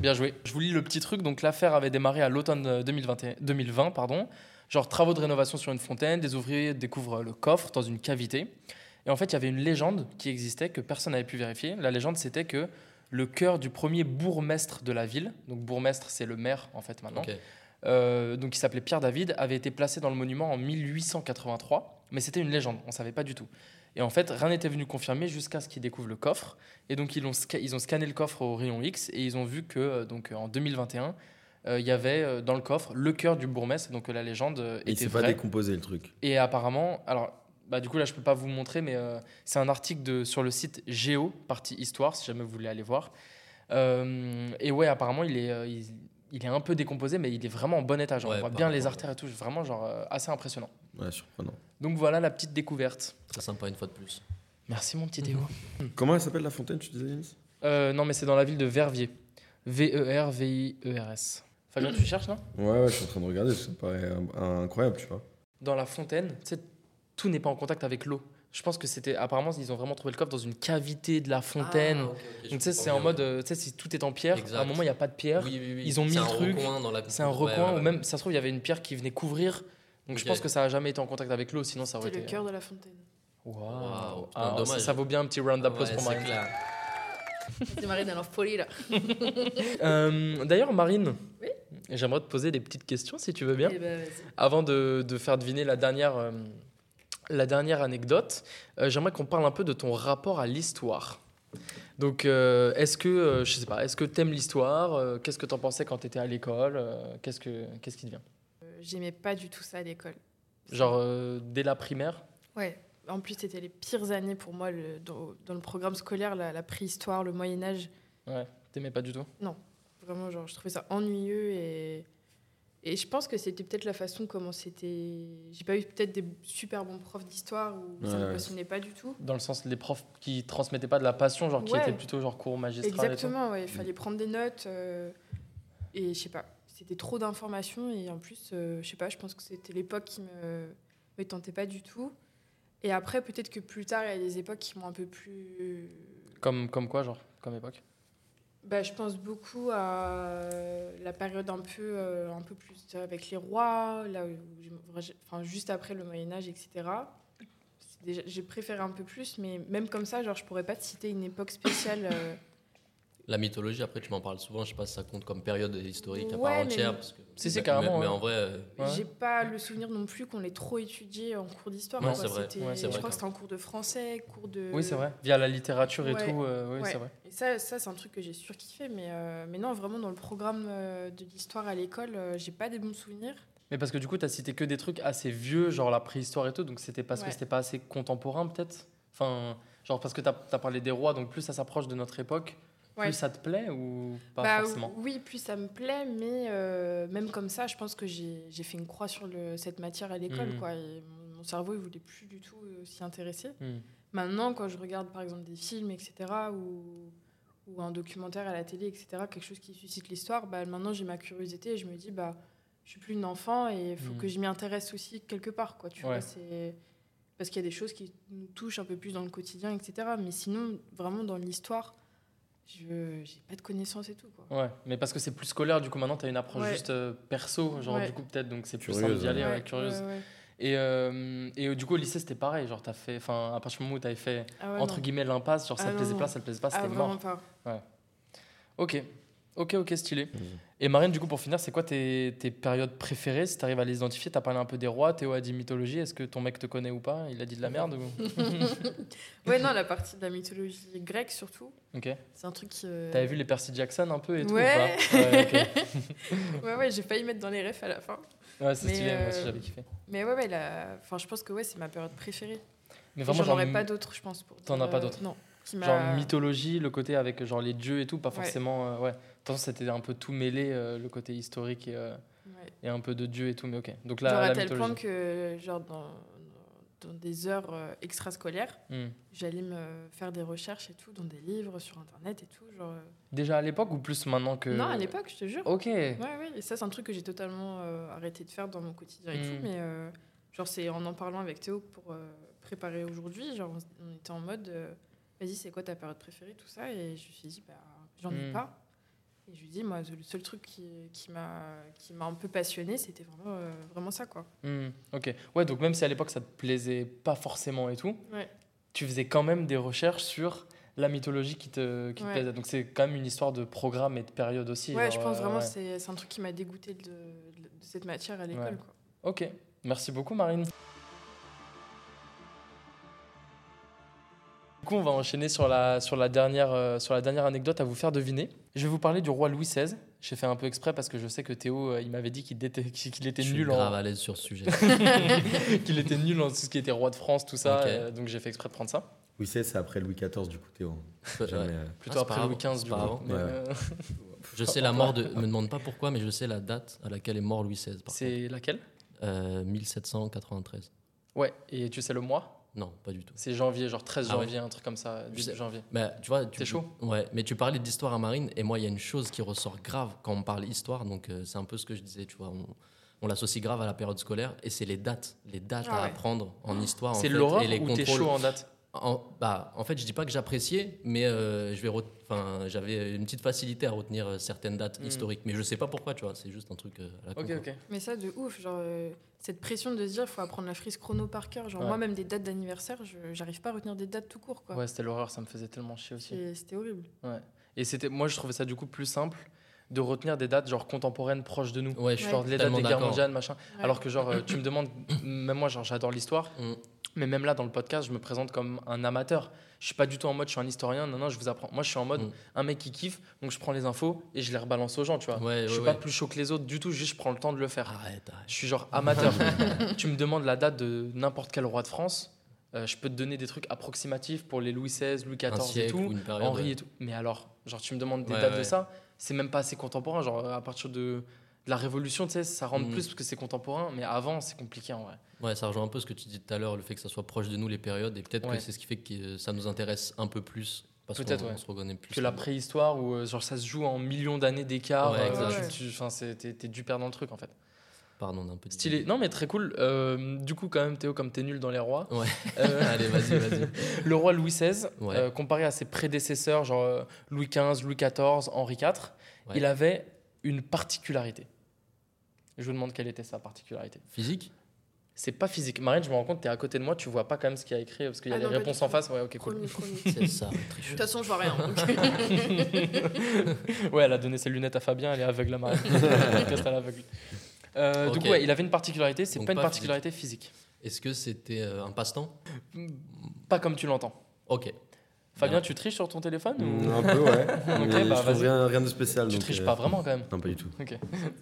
Bien joué. Je vous lis le petit truc. Donc l'affaire avait démarré à l'automne euh, 2021 2020. Pardon. Genre travaux de rénovation sur une fontaine, des ouvriers découvrent euh, le coffre dans une cavité. Et en fait, il y avait une légende qui existait que personne n'avait pu vérifier. La légende, c'était que le cœur du premier bourgmestre de la ville, donc bourgmestre, c'est le maire en fait maintenant, Ok. euh, donc qui s'appelait Pierre David, avait été placé dans le monument en 1883, mais c'était une légende, on ne savait pas du tout. Et en fait, rien n'était venu confirmer jusqu'à ce qu'ils découvrent le coffre. Et donc, ils ont, ils ont scanné le coffre au rayon X et ils ont vu que, euh, donc, euh, en 2021, euh, il y avait euh, dans le coffre le cœur du bourgmestre, donc euh, la légende euh, Et il était s'est pas vraie. décomposé le truc. Et apparemment, alors, bah, du coup, là, je peux pas vous montrer, mais euh, c'est un article de, sur le site Géo, partie histoire, si jamais vous voulez aller voir. Euh, et ouais, apparemment, il est, euh, il, il est un peu décomposé, mais il est vraiment en bon état. Genre, Ouais, on voit par bien les rapport- artères et tout, vraiment, genre, euh, assez impressionnant. Ouais, surprenant. Donc voilà la petite découverte. Très sympa une fois de plus. Merci, mon petit Théo. Hmm. Comment elle s'appelle la fontaine, tu disais, Yanis E Euh, non, mais c'est dans la ville de Verviers. V-E-R-V-I-E-R-S. Fabien, tu cherches, non Ouais, ouais, je suis en train de regarder, ça me paraît euh, incroyable, tu vois. Dans la fontaine, tu sais, tout n'est pas en contact avec l'eau. Je pense que c'était. Apparemment, ils ont vraiment trouvé le coffre dans une cavité de la fontaine. Donc, tu sais, c'est en mode. euh, Tu sais, si tout est en pierre, à Exact. un moment, il n'y a pas de pierre. Ils ont mis le truc, C'est un recoin, ou même, ça se trouve, il y avait une pierre qui venait couvrir. Donc, je Ok. pense que ça n'a jamais été en contact avec l'eau, sinon ça aurait C'était le été. euh, cœur de la fontaine. Waouh. Waouh, putain, Ah, ça- dommage. Ça vaut bien un petit round d'applause pour Marine. C'est Marine, elle est en folie là. Euh, D'ailleurs, Marine, Oui j'aimerais te poser des petites questions si tu veux bien. Eh ben, vas-y. Avant de, de faire deviner la dernière, euh, la dernière anecdote, euh, j'aimerais qu'on parle un peu de ton rapport à l'histoire. Donc, euh, est-ce que, euh, je sais pas, est-ce que t'aimes l'histoire Euh, Qu'est-ce que t'en pensais quand t'étais à l'école Euh, Qu'est-ce que, qu'est-ce qui te vient Euh, J'aimais pas du tout ça à l'école. Genre euh, dès la primaire Ouais. En plus, c'était les pires années pour moi le- dans, dans le programme scolaire, la, la préhistoire, le Moyen Âge. Ouais, t'aimais pas du tout. Vraiment, genre, je trouvais ça ennuyeux et, et je pense que c'était peut-être la façon comment c'était. J'ai pas eu peut-être des super bons profs d'histoire où ça Ouais. me passionnait pas du tout. Dans le sens les profs qui transmettaient pas de la passion, genre qui Ouais. étaient plutôt genre cours magistral. et tout. Exactement, ouais, il fallait prendre des notes euh, et je sais pas, c'était trop d'informations et en plus, euh, je sais pas, je pense que c'était l'époque qui me, me tentait pas du tout. Et après, peut-être que plus tard, il y a des époques qui m'ont un peu plus. Comme, comme quoi, genre, comme époque Bah, je pense beaucoup à la période un peu, euh, un peu plus avec les rois, là où j'ai- vra- j'ai- enfin, juste après le Moyen Âge, etc. C'est déjà- J'ai préféré un peu plus, mais même comme ça, genre, je pourrais pas te citer une époque spéciale. euh, La mythologie, après, tu m'en parles souvent. Je sais pas si ça compte comme période historique à Ouais, part mais- entière. parce que- Si, si, mais- carrément, Mais, mais ouais. en vrai, euh, Ouais. J'ai pas le souvenir non plus qu'on l'ait trop étudié en cours d'histoire. Non, quoi. c'est vrai. C'était- Ouais, c'est je vrai, crois quand que c'était en cours de français, cours de. Oui, c'est vrai. Via la littérature et Euh, Ouais. tout, euh, oui, Ouais. c'est vrai. Et ça, ça c'est un truc que j'ai surkiffé, mais, euh, mais non, vraiment dans le programme euh, de l'histoire à l'école, euh, j'ai pas des bons souvenirs. Mais parce que du coup, t'as cité que des trucs assez vieux, genre la préhistoire et tout, donc c'était parce que Ouais. c'était pas assez contemporain, peut-être Enfin, genre parce que t'as as parlé des rois, donc plus ça s'approche de notre époque, Ouais. plus ça te plaît ou pas Bah, forcément oui, puis ça me plaît, mais euh, même comme ça, je pense que j'ai j'ai fait une croix sur le, cette matière à l'école. Mhm. quoi. Et mon, mon cerveau, il voulait plus du tout euh, s'y intéresser. Hmm. Maintenant, quand je regarde par exemple des films, etc., ou, ou un documentaire à la télé, etc., quelque chose qui suscite l'histoire, bah, maintenant j'ai ma curiosité et je me dis, bah, je suis plus une enfant et il faut Mhm. que je m'y intéresse aussi quelque part. Quoi, tu Ouais. vois, c'est- parce qu'il y a des choses qui nous touchent un peu plus dans le quotidien, etc. Mais sinon, vraiment dans l'histoire, je j'ai pas de connaissances et tout. Quoi. Ouais, mais parce que c'est plus scolaire, du coup, maintenant t'as une approche Ouais. juste euh, perso, genre Ouais. du coup, peut-être, donc c'est plus Curieuse, simple d'y ouais. aller, ouais, Ouais, curieuse. ouais, ouais. Et, euh, et euh, du coup, au lycée, c'était pareil. Genre, t'as fait. Enfin, à partir du moment où t'avais fait, Ah ouais, entre non. guillemets, l'impasse, genre, ça Ah te plaisait non. pas, ça te plaisait pas, Ah, c'était vraiment mort. pas. Ok. Ok, ok, stylé. Et Marine, du coup, pour finir, c'est quoi tes, tes périodes préférées Si t'arrives à les identifier, t'as parlé un peu des rois, Théo a dit mythologie. Est-ce que ton mec te connaît ou pas Il a dit de la merde ou... Ouais, non, la partie de la mythologie grecque surtout, Ok. c'est un truc qui. euh, T'avais vu les Percy Jackson un peu et tout ou Ouais. pas Ouais, ok. Ouais, ouais, j'ai failli mettre dans les refs à la fin. Ouais, c'est Mais, stylé, moi aussi euh, j'avais kiffé. Mais ouais, ouais, la... enfin, je pense que ouais, c'est ma période préférée. Mais J'en vraiment, genre, aurais pas d'autres, je pense. pour T'en dire, as pas euh, d'autres Non. Qui m'a- genre mythologie, le côté avec genre les dieux et tout, pas Ouais. forcément. euh, ouais. Attention, c'était un peu tout mêlé, euh, le côté historique et, euh, Ouais. et un peu de dieu et tout, mais ok. Donc genre là, à la tel point mythologie. que, genre, dans, dans des heures euh, extrascolaires, Hmm. j'allais me faire des recherches et tout, dans des livres, sur internet et tout. Genre... euh. Déjà à l'époque ou plus maintenant que. Non, à l'époque, je te jure. Ok. Ouais, ouais, et ça, c'est un truc que j'ai totalement euh, arrêté de faire dans mon quotidien et Mm. tout. Mais euh, genre, c'est en en parlant avec Théo pour euh, préparer aujourd'hui, genre, on s- on était en mode, euh, vas-y, c'est quoi ta période préférée, tout ça. Et je lui ai dit, bah, j'en ai Mm. pas. Et je lui ai dit, moi, le seul truc qui, qui m'a qui m'a un peu passionné, c'était vraiment, euh, vraiment ça, quoi. Hmm, ok. Ouais, donc même si à l'époque ça te plaisait pas forcément et tout, Ouais. tu faisais quand même des recherches sur la mythologie qui te, qui te Ouais. plaisait. Donc c'est quand même une histoire de programme et de période aussi. genre, ouais, je pense euh, vraiment, ouais. c'est c'est un truc qui m'a dégoûté de, de cette matière à l'école, Ouais. quoi. Ok. Merci beaucoup, Marine. Du coup, on va enchaîner sur la, sur, la dernière, euh, sur la dernière anecdote à vous faire deviner. Je vais vous parler du roi Louis XVI. J'ai fait un peu exprès parce que je sais que Théo, euh, il m'avait dit qu'il détest- qu'il était je suis nul hein. grave en, à l'aise sur ce sujet. qu'il était nul en tout ce qui était roi de France, tout ça. Ok. euh, donc j'ai fait exprès de prendre ça. Oui, c'est c'est après Louis XIV, du coup, Théo. Jamais, euh, Plutôt Ah, c'est après pas Louis avant, XV, c'est du pas coup. avant. Mais, Ouais. euh, Je sais la mort de. Me demande pas pourquoi, mais je sais la date à laquelle est mort Louis XVI. par c'est laquelle contre. Euh, 1793. Ouais, et tu sais le mois Non, pas du tout. C'est janvier, genre 13 Ah ouais. janvier, un truc comme ça, début sais- janvier. Bah, tu vois, tu T'es chaud Ouais, mais tu parlais d'histoire à Marine, et moi, il y a une chose qui ressort grave quand on parle histoire, donc euh, c'est un peu ce que je disais, tu vois. On, on l'associe grave à la période scolaire, et c'est les dates, les dates Ah à ouais. apprendre en histoire. Ah, en C'est fait, l'horreur et les ou t'es contrôles. chaud hein en date En, bah, en fait, je dis pas que j'appréciais, mais euh, je vais re- enfin, j'avais une petite facilité à retenir euh, certaines dates Mm. historiques. Mais je sais pas pourquoi, tu vois, c'est juste un truc euh, à la con, Ok, quoi. ok. Mais ça, de ouf, genre, euh, cette pression de se dire, faut apprendre la frise chrono par cœur. Genre, Ouais. moi, même des dates d'anniversaire, je- j'arrive pas à retenir des dates tout court, quoi. Ouais, c'était l'horreur, ça me faisait tellement chier aussi. C'est- C'était horrible. Et c'était, moi, je trouvais ça du coup plus simple de retenir des dates genre contemporaines proches de nous. Ouais, je Ouais. suis Genre les dates Tellement des guerres d'accord. mondiales, machin. Ouais. Alors que genre, euh, tu me demandes, même moi, genre, j'adore l'histoire, Mm. mais même là, dans le podcast, je me présente comme un amateur. Je suis pas du tout en mode, je suis un historien, non, non, je vous apprends. Moi, je suis en mode, Mm. un mec qui kiffe, donc je prends les infos et je les rebalance aux gens, tu vois. Ouais, je suis ouais, pas ouais. plus chaud que les autres du tout, juste je prends le temps de le faire. Arrête, arrête. Je suis genre amateur. tu me demandes la date de n'importe quel roi de France, euh, je peux te donner des trucs approximatifs pour les Louis XVI, Louis Un XIV et siècle tout. ou une période. Henri et tout. Mais alors, genre, tu me demandes des Ah, Ouais, dates de ouais. ça, c'est même pas assez contemporain. Genre, à partir de, de la Révolution, tu sais, ça rentre Mm. plus parce que c'est contemporain, mais avant, c'est compliqué en vrai. Ouais, ça rejoint un peu ce que tu dis tout à l'heure, le fait que ça soit proche de nous les périodes, et peut-être Ouais. que c'est ce qui fait que euh, ça nous intéresse un peu plus, parce qu'on Peut-être, ouais. on se reconnaît plus. Que la préhistoire, où euh, genre, ça se joue en millions d'années d'écart, Ouais, Mm. euh, exact. tu- tu- enfin, c'est- t'es t'es du père dans le truc en fait. Pardon, on a un peu Stylé. Non, mais très cool. Euh, du coup, quand même, Théo, comme t'es nul dans les rois, Ouais. euh, Allez, vas-y, vas-y. le roi Louis XVI, Ouais. euh, comparé à ses prédécesseurs, genre euh, Louis XV, Louis XIV, Henri IV, Ouais. il avait une particularité. Je vous demande quelle était sa particularité. Physique C'est pas physique. Marine, je me rends compte, t'es à côté de moi, tu vois pas quand même ce qu'il y a écrit parce qu'il y a Ah les non, pas réponses du en tout. face. Ouais, ok, cool. Promis, promis. C'est ça. toute façon, je vois rien. donc. ouais, elle a donné ses lunettes à Fabien, elle est aveugle la Marine. Podcast, elle est aveugle. Euh, Ok. Donc, ouais, il avait une particularité, c'est Donc pas une pas particularité physique. Est-ce que c'était euh, un passe-temps Pas comme tu l'entends. Ok. Fabien, Non. tu triches sur ton téléphone Mm, ou... Un peu, ouais. bah, Mais je vas-y. trouve rien, rien de spécial. Tu donc, triches euh, pas vraiment quand même. Non, pas du tout. Ok.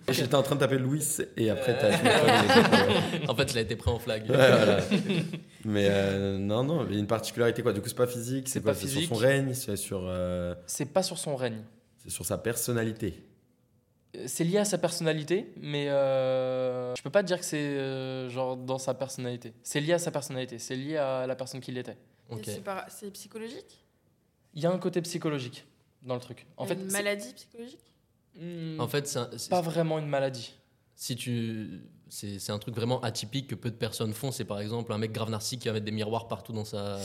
Et J'étais en train de taper Louis et après t'as. Ouais, En fait, il a été pris en flag. voilà. Mais euh, non, non, il y a une particularité quoi. Du coup, c'est pas physique, C'est c'est pas quoi C'est sur physique. son règne, c'est sur, euh, C'est pas sur son règne. c'est sur sa personnalité. c'est lié à sa personnalité, mais euh, je peux pas te dire que c'est euh, genre dans sa personnalité. C'est lié à sa personnalité, c'est lié à la personne qu'il était. Et Ok. c'est par- C'est psychologique Il y a un côté psychologique dans le truc. En fait, Une c'est- maladie psychologique Hmm, En fait, c'est un- c'est- pas vraiment une maladie. si tu. C'est c'est un truc vraiment atypique que peu de personnes font. C'est par exemple un mec grave narcissique qui va mettre des miroirs partout dans sa.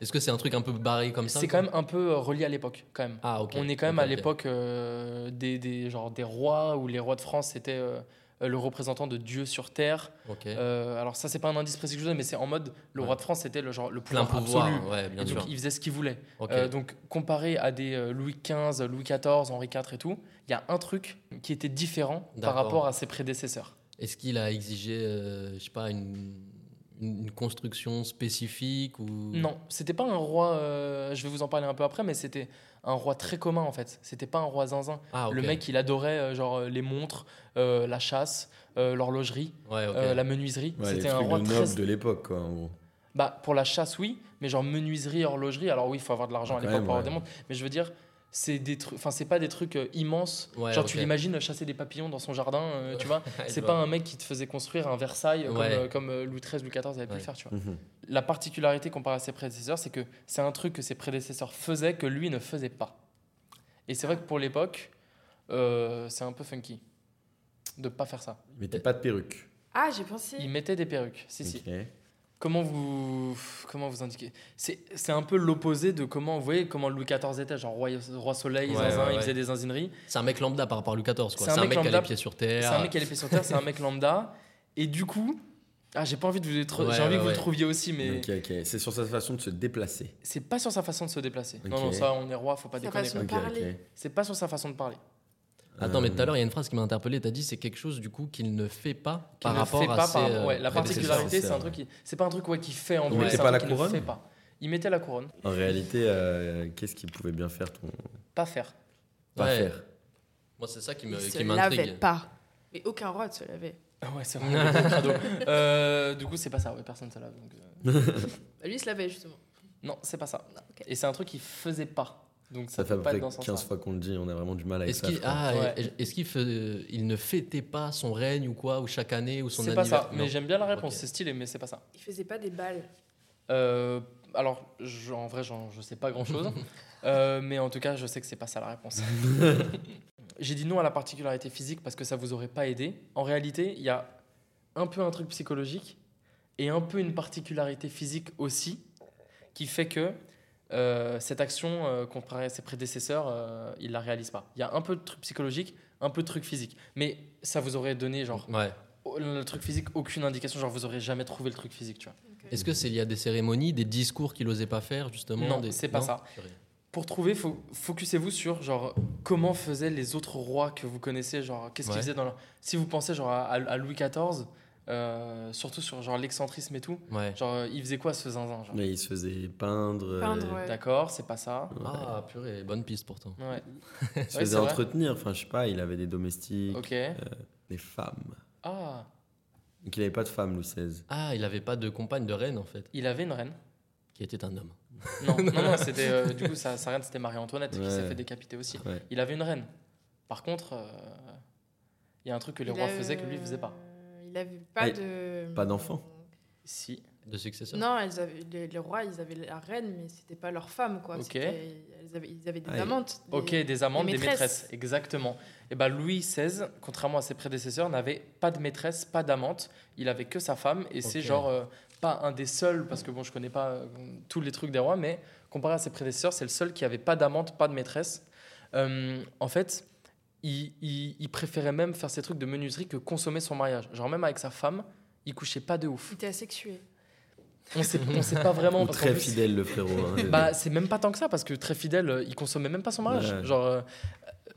Est-ce que c'est un truc un peu barré comme ça C'est quand même un peu euh, relié à l'époque, quand même. Ah, ok. On est quand même Ok, à ok. l'époque euh, des, des- genre, des rois, où les rois de France étaient euh, le représentant de Dieu sur terre. Ok. Euh, alors ça, c'est pas un indice précis que je donne, mais c'est en mode, le Ouais. roi de France, c'était le, genre, le Plein pouvoir, pouvoir. absolu. Ouais, Et bien donc, sûr. il faisait ce qu'il voulait. Ok. Euh, donc comparé à des euh, Louis XV, Louis XIV, Henri IV et tout, il y a un truc qui était différent par D'accord. rapport à ses prédécesseurs. Est-ce qu'il a exigé, euh, je sais pas, une, une une construction spécifique ou Non, c'était pas un roi, euh, je vais vous en parler un peu après, mais c'était un roi très commun en fait. C'était pas un roi zinzin. Ah, ok. Le mec, il adorait euh, genre euh, les montres, euh, la chasse, euh, l'horlogerie, Ouais, ok. euh, la menuiserie. Ouais, les c'était un trucs roi de très... noble de l'époque quoi, en gros. Bah, pour la chasse, oui, mais genre menuiserie, horlogerie, alors oui, il faut avoir de l'argent à Ah, Quand l'époque même, pour avoir des ouais. montres, mais je veux dire, c'est des trucs, enfin, c'est pas des trucs euh, immenses. Ouais, genre, tu ok. l'imagines euh, chasser des papillons dans son jardin, euh, tu vois. Ouais, je C'est vois. pas un mec qui te faisait construire un Versailles euh, comme, Ouais. euh, comme, euh, Louis XIII, Louis XIV avait pu le Ouais. faire, tu vois. Mhm. La particularité comparée à ses prédécesseurs, c'est que c'est un truc que ses prédécesseurs faisaient que lui ne faisait pas. Et c'est vrai que pour l'époque, euh, c'est un peu funky de pas faire ça. Il mettait pas de perruque. Ah, j'ai pensé. Il mettait des perruques, si si. Ok. Comment vous comment vous indiquez C'est c'est un peu l'opposé de comment vous voyez comment Louis XIV était genre roi, roi soleil, Ouais, zinzin, ouais, il ouais. faisait des zinzineries. C'est un mec lambda par rapport à Louis XIV. quoi. C'est un, mec qui a lambda. les pieds sur terre. C'est un mec qui a les pieds sur terre, c'est un mec lambda. Et du coup, ah j'ai pas envie de vous les tro- Ouais, j'ai envie ouais, que vous le ouais. Mm. trouviez aussi, mais Ok, ok. C'est sur sa façon de se déplacer. c'est pas sur sa façon de se déplacer. Non Ok. non ça on est roi, faut pas Sa déconner. façon quoi. Ok, Parler. ok. C'est pas sur sa façon de parler. Attends, mais Euh, tout à l'heure, il y a une phrase qui m'a interpellé. T'as dit c'est quelque chose du coup qu'il ne fait pas par ne rapport fait à pas ses. par- euh, ouais, la prédécesseurs. particularité c'est un prédécesseurs, truc qui c'est pas un truc ouais qui fait en Il lui, mettait c'est un pas la truc qu'il ne couronne fait pas. Il mettait la couronne, En réalité, euh, qu'est-ce qu'il pouvait bien faire ton pas faire. pas Ouais. faire Moi, c'est ça qui Il euh, me- se qui lavait m'intrigue. pas. Mais aucun roi ne se lavait. Ah Ouais, c'est vrai. le crado. Euh, du coup, c'est pas ça. Ouais, personne ça lave. donc, euh, Bah, Lui, il se lavait, justement. Non, c'est pas ça. Non, ok. Et c'est un truc qu'il faisait pas. Donc ça, Ça fait à peut peu pas près être dans ce 15 sens. fois qu'on le dit, on a vraiment du mal avec Est-ce ça. qu'il je crois. ah, Ouais. est-ce qu'il fait- il ne fêtait pas son règne ou quoi ou chaque année ou son C'est pas anniversaire ça. Mais j'aime bien la réponse. Ok. C'est stylé, mais c'est pas ça. Il faisait pas des balles. Euh, alors, je- en vrai, j'en- je sais pas grand-chose. Euh, mais en tout cas, je sais que c'est pas ça la réponse. J'ai dit non à la particularité physique parce que ça vous aurait pas aidé. En réalité, il y a un peu un truc psychologique et un peu une particularité physique aussi qui fait que euh, cette action, euh, comparée à ses prédécesseurs, euh, il la réalise pas. Il y a un peu de truc psychologique, un peu de truc physique. Mais ça vous aurait donné, genre, Ouais. le truc physique, aucune indication. Genre, vous aurez jamais trouvé le truc physique, tu vois. Est-ce que c'est il y a des cérémonies, des discours qu'il osait pas faire justement Non, des- c'est pas ça. Pour trouver, fo- focussez-vous sur genre comment faisaient les autres rois que vous connaissez, genre qu'est-ce Ouais. qu'ils faisaient dans leur... Si vous pensez genre à, à Louis XIV, euh, surtout sur genre l'excentrisme et tout, Ouais. genre euh, ils faisaient quoi ce zinzin genre Mais il se faisait peindre, Peindre, euh, ouais. D'accord, c'est pas ça. Ah purée, bonne piste pourtant. Ouais. il se Ouais, c'est faisait vrai. entretenir. Enfin, je sais pas, il avait des domestiques, Ok. des femmes. Ah, Donc il avait pas de femme, Louis XVI. Ah, il avait pas de compagne de reine en fait, il avait une reine. qui était un homme. Non, non, non, c'était euh, du coup sa, sa reine c'était Marie-Antoinette qui s'est Ouais. fait décapiter aussi. Ouais. Il avait une reine. Par contre, euh, il y a euh, un truc que les rois faisaient que lui il faisait pas. euh, Il avait pas Ah, de. pas d'enfant Si. De successeur. Non, elles avaient, les, les rois, ils avaient la reine, mais c'était pas leur femme, quoi. Ok. C'était- Elles avaient, ils avaient des Ah, et- amantes. des- Ok, des amantes, des des maîtresses. maîtresses. exactement. Et ben Louis XVI, contrairement à ses prédécesseurs, n'avait pas de maîtresse, pas d'amante. Il avait que sa femme, et c'est Ok. genre euh, pas un des seuls, parce que bon, je connais pas euh, tous les trucs des rois, mais comparé à ses prédécesseurs, c'est le seul qui avait pas d'amante, pas de maîtresse. Euh, en fait, il, il- il préférait même faire ces trucs de menuiserie que consommer son mariage. Genre même avec sa femme, il couchait pas de ouf. Ils étaient asexués. On sait, on sait pas vraiment. parce qu'en Très plus- fidèle, le frérot. hein. bah, c'est même pas tant que ça, parce que très fidèle, euh, il consommait même pas son mariage. Ouais. Genre, euh,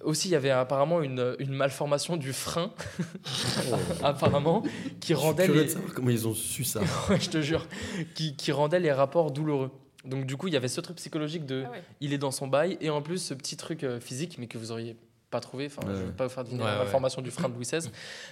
aussi, il y avait apparemment une, euh, une malformation du frein, apparemment, qui Oh. Je suis rendait curieux de les, savoir comment ils ont su ça. Ouais, je te jure, qui, qui rendait les rapports douloureux. Donc, du coup, il y avait ce truc psychologique de Ah ouais. il est dans son bail, et en plus, ce petit truc euh, physique, mais que vous auriez pas trouvé, enfin, Ouais. je vais pas vous faire deviner Ouais, la ouais. malformation du frein de Louis XVI,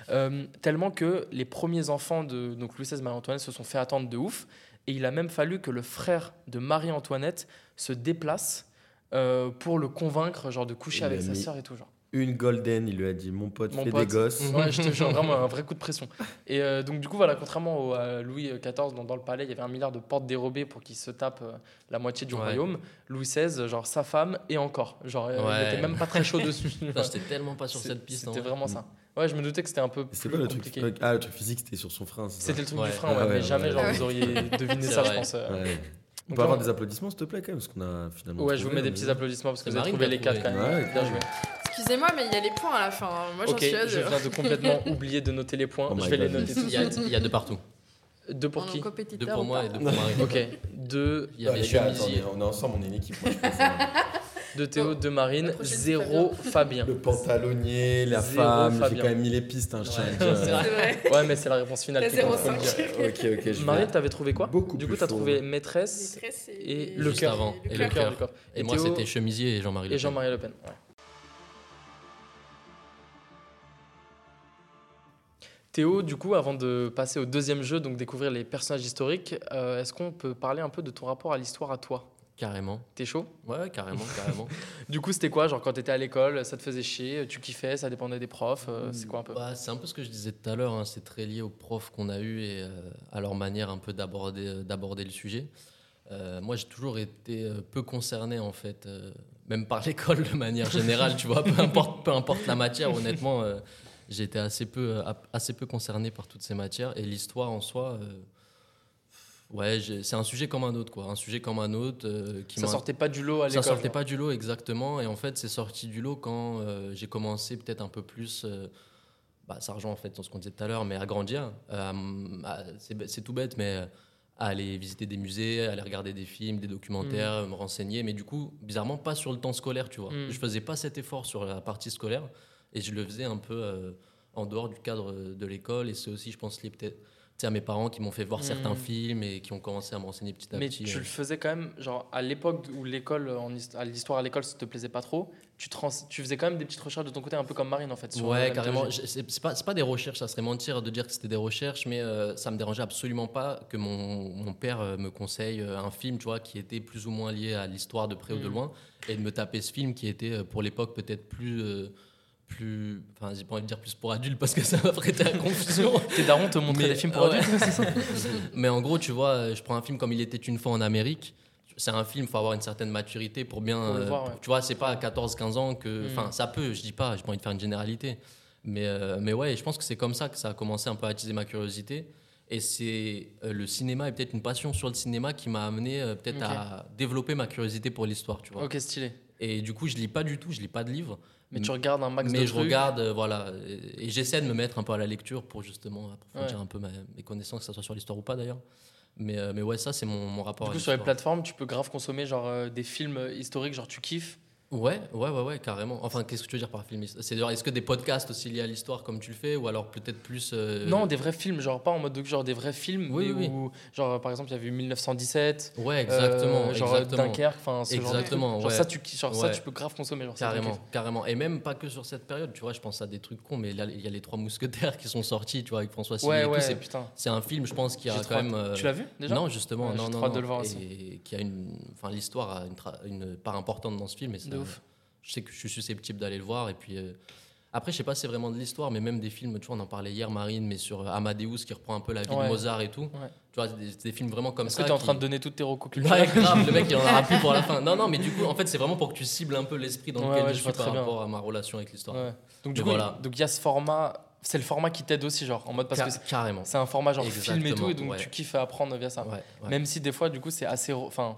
euh, tellement que les premiers enfants de donc Louis XVI Marie-Antoinette se sont fait attendre de ouf, et il a même fallu que le frère de Marie-Antoinette se déplace euh, pour le convaincre, genre de coucher Il avec l'a sa mis- sœur et tout, genre. Une golden, il lui a dit Mon pote, Mon fais pote. Mmh. des gosses. Ouais, je te jure, vraiment un vrai coup de pression. Et euh, donc, du coup, voilà, contrairement au, à Louis XIV, dont dans le palais, il y avait un milliard de portes dérobées pour qu'il se tape euh, la moitié du Ouais. royaume. Louis XVI, genre sa femme et encore. Genre, euh, il Ouais. était même pas très chaud dessus. Putain, J'étais tellement pas sur C'est- cette piste. hein. Mm. en C'était vrai. vraiment ça. Ouais, je me doutais que c'était un peu. plus C'est quoi le truc compliqué. Ah, le truc physique, c'était sur son frein. c'est ça C'était le truc Ouais. du frein, ouais, Ah ouais, mais jamais ouais. genre, Ah vous auriez deviné C'est ça, je vrai. pense. euh. Ouais. On Donc peut là, avoir on- des applaudissements, s'il te plaît, quand même, parce qu'on a finalement. Ouais, je vous mets trouvé, des mais- petits applaudissements parce que C'est vous avez trouvé Marine qui a les quatre quand trouvé. même. Ouais, Bien joué. Excusez-moi, mais il y a les points à la fin. hein. Moi, j'en Ok, suis à je deux. viens de complètement oublier de noter les points. Oh je my vais les God. noter tout Il de y, a, suite. il y a de partout. Deux pour On est qui Deux compétiteur pour ou moi pas et deux pour Marie. Ok, deux. Il y a les les gars, chemisiers. attendez, on est ensemble, on est une équipe. moi, je pense, hein. de Théo, de Marine, La prochaine, c'est zéro Fabien. le pantalonnier, la Zéro femme, j'ai Fabien. quand même mis les pistes, hein, je tiens à le dire. c'est C'est vrai. Ouais, mais c'est la réponse finale. La qui compte, faut le 0,5. dire. Ok, ok, je vais. Marine, t'avais trouvé quoi Beaucoup Du coup, plus t'as faux. trouvé maîtresse Maîtresse et, et- le Juste cœur. avant. Et Et le le cœur cœur. du corps. Et moi, Théo c'était chemisier et Jean-Marie. Le Et Pen. Jean-Marie Le Pen. ouais. Théo, du coup, avant de passer au deuxième jeu, donc découvrir les personnages historiques, euh, est-ce qu'on peut parler un peu de ton rapport à l'histoire à toi Carrément. T'es chaud Ouais, carrément, carrément. Du coup, c'était quoi Genre, quand t'étais à l'école, ça te faisait chier, tu kiffais, ça dépendait des profs, euh, c'est quoi un peu Bah, c'est un peu ce que je disais tout à l'heure, hein, c'est très lié aux profs qu'on a eu et euh, à leur manière un peu d'aborder, euh, d'aborder le sujet. Euh, moi, j'ai toujours été euh, peu concerné, en fait, euh, même par l'école de manière générale, tu vois, peu importe, peu importe la matière, honnêtement, euh, j'ai été assez peu, euh, ap- assez peu concerné par toutes ces matières et l'histoire en soi. euh, Ouais, j'ai- c'est un sujet comme un autre, quoi. Un sujet comme un autre euh, qui Ça m'a- sortait pas du lot à ça l'école sortait genre. pas du lot exactement et en fait c'est sorti du lot quand euh, j'ai commencé peut-être un peu plus euh, bah, ça rejoint en fait dans ce qu'on disait tout à l'heure mais à grandir euh, à m- à- c'est b- c'est tout bête mais euh, à aller visiter des musées à aller regarder des films des documentaires me renseigner mais du coup bizarrement pas sur le temps scolaire tu vois Mm. je faisais pas cet effort sur la partie scolaire et je le faisais un peu euh, en dehors du cadre euh, de l'école et c'est aussi je pense lié peut-être tu sais, à mes parents qui m'ont fait voir Mm. certains films et qui ont commencé à me renseigner petit à Mais petit tu euh. le faisais quand même, genre à l'époque où l'école, euh, en hist- à l'histoire à l'école, ça te plaisait pas trop, tu, te rens- tu faisais quand même des petites recherches de ton côté, un peu comme Marine en fait. sur euh, la Ouais, carrément. mythologie. Je- C'est c'est pas, c'est pas des recherches, ça serait mentir de dire que c'était des recherches, mais euh, ça me dérangeait absolument pas que mon, mon père euh, me conseille euh, un film, tu vois, qui était plus ou moins lié à l'histoire de près ou de Mm. loin, et de me taper ce film qui était euh, pour l'époque peut-être plus, euh, plus. Enfin, j'ai pas envie de dire plus pour adultes parce que ça va prêter à confusion. Tes darons te montraient Mais- des films pour ouais. adultes c'est ça Mais en gros, tu vois, euh, je prends un film comme Il était une fois en Amérique. C'est un film, faut avoir une certaine maturité pour bien. Pour le euh, voir, ouais. Tu vois, c'est pas à 14-15 ans Mm. que. Enfin, ça peut, je dis pas, j'ai pas envie de faire une généralité. Mais, euh, mais ouais, je pense que c'est comme ça que ça a commencé un peu à attiser ma curiosité. Et c'est euh, le cinéma et peut-être une passion sur le cinéma qui m'a amené euh, peut-être Ok. à développer ma curiosité pour l'histoire, tu vois. Ok, stylé. Et du coup, je lis pas du tout, je lis pas de livres. Mais tu regardes un max de mais je trucs. regarde, euh, voilà. Et, et j'essaie de me mettre un peu à la lecture pour justement approfondir un peu ma- mes connaissances, que ce soit sur l'histoire ou pas d'ailleurs. Mais, euh, mais ouais, ça, c'est mon, mon rapport Du à coup, sur les l'histoire. plateformes, tu peux grave consommer genre euh, des films euh, historiques, genre tu kiffes. Ouais, ouais, ouais, ouais, carrément. Enfin, qu'est-ce que tu veux dire par film hist- C'est genre, est-ce que des podcasts aussi liés à l'histoire comme tu le fais Ou alors peut-être plus. euh, Non, des vrais films, genre pas en mode doc, genre des vrais films, Oui, mais oui, oui. où, genre euh, par exemple, il y avait eu 1917, Ouais, exactement. euh, genre euh, exactement. Dunkerque, enfin ce genre de trucs. Exactement, Genre, ouais. ça, tu, kiffes, genre ça, Ouais. tu peux grave consommer. Genre, ça, tu Carrément, kiffes. carrément. Et même pas que sur cette période, tu vois, je pense à des trucs cons, mais là, il y a les trois mousquetaires qui sont sortis, tu vois, avec François Civil Ouais, et tout. ouais, C'est- putain. C'est un film, je pense, qui J'ai a trop quand hâte. même. euh, Tu l'as vu déjà non, justement, Ouais, non, j'ai non, trop hâte non. de le voir et aussi. qui a une, enfin, l'histoire a une, tra- une part importante dans ce film. Et ça, De ouf. Je sais que je suis susceptible d'aller le voir. Et puis euh, après, je sais pas, si c'est vraiment de l'histoire, mais même des films. Tu vois, on en parlait hier, Marine, mais sur euh, Amadeus qui reprend un peu la vie Ouais. de Mozart et tout. Tu vois, des, des films vraiment comme Est-ce que ça. t'es en train de qui- donner toutes tes recos Ouais, culturels grave, le mec il en aura plus pour la fin. Non, non, mais du coup, en fait, c'est vraiment pour que tu cibles un peu l'esprit dans Ouais, lequel ouais, je je suis vois par très bien. rapport à ma relation avec l'histoire. Ouais. Donc du Mais coup, voilà. il- donc il y a ce format, c'est le format qui t'aide aussi, genre en mode parce Ca- que c'est- carrément. c'est un format genre film et tout, et Exactement, donc ouais. tu kiffes à apprendre via ça. Ouais, ouais. Même si des fois, du coup, c'est assez, re- enfin,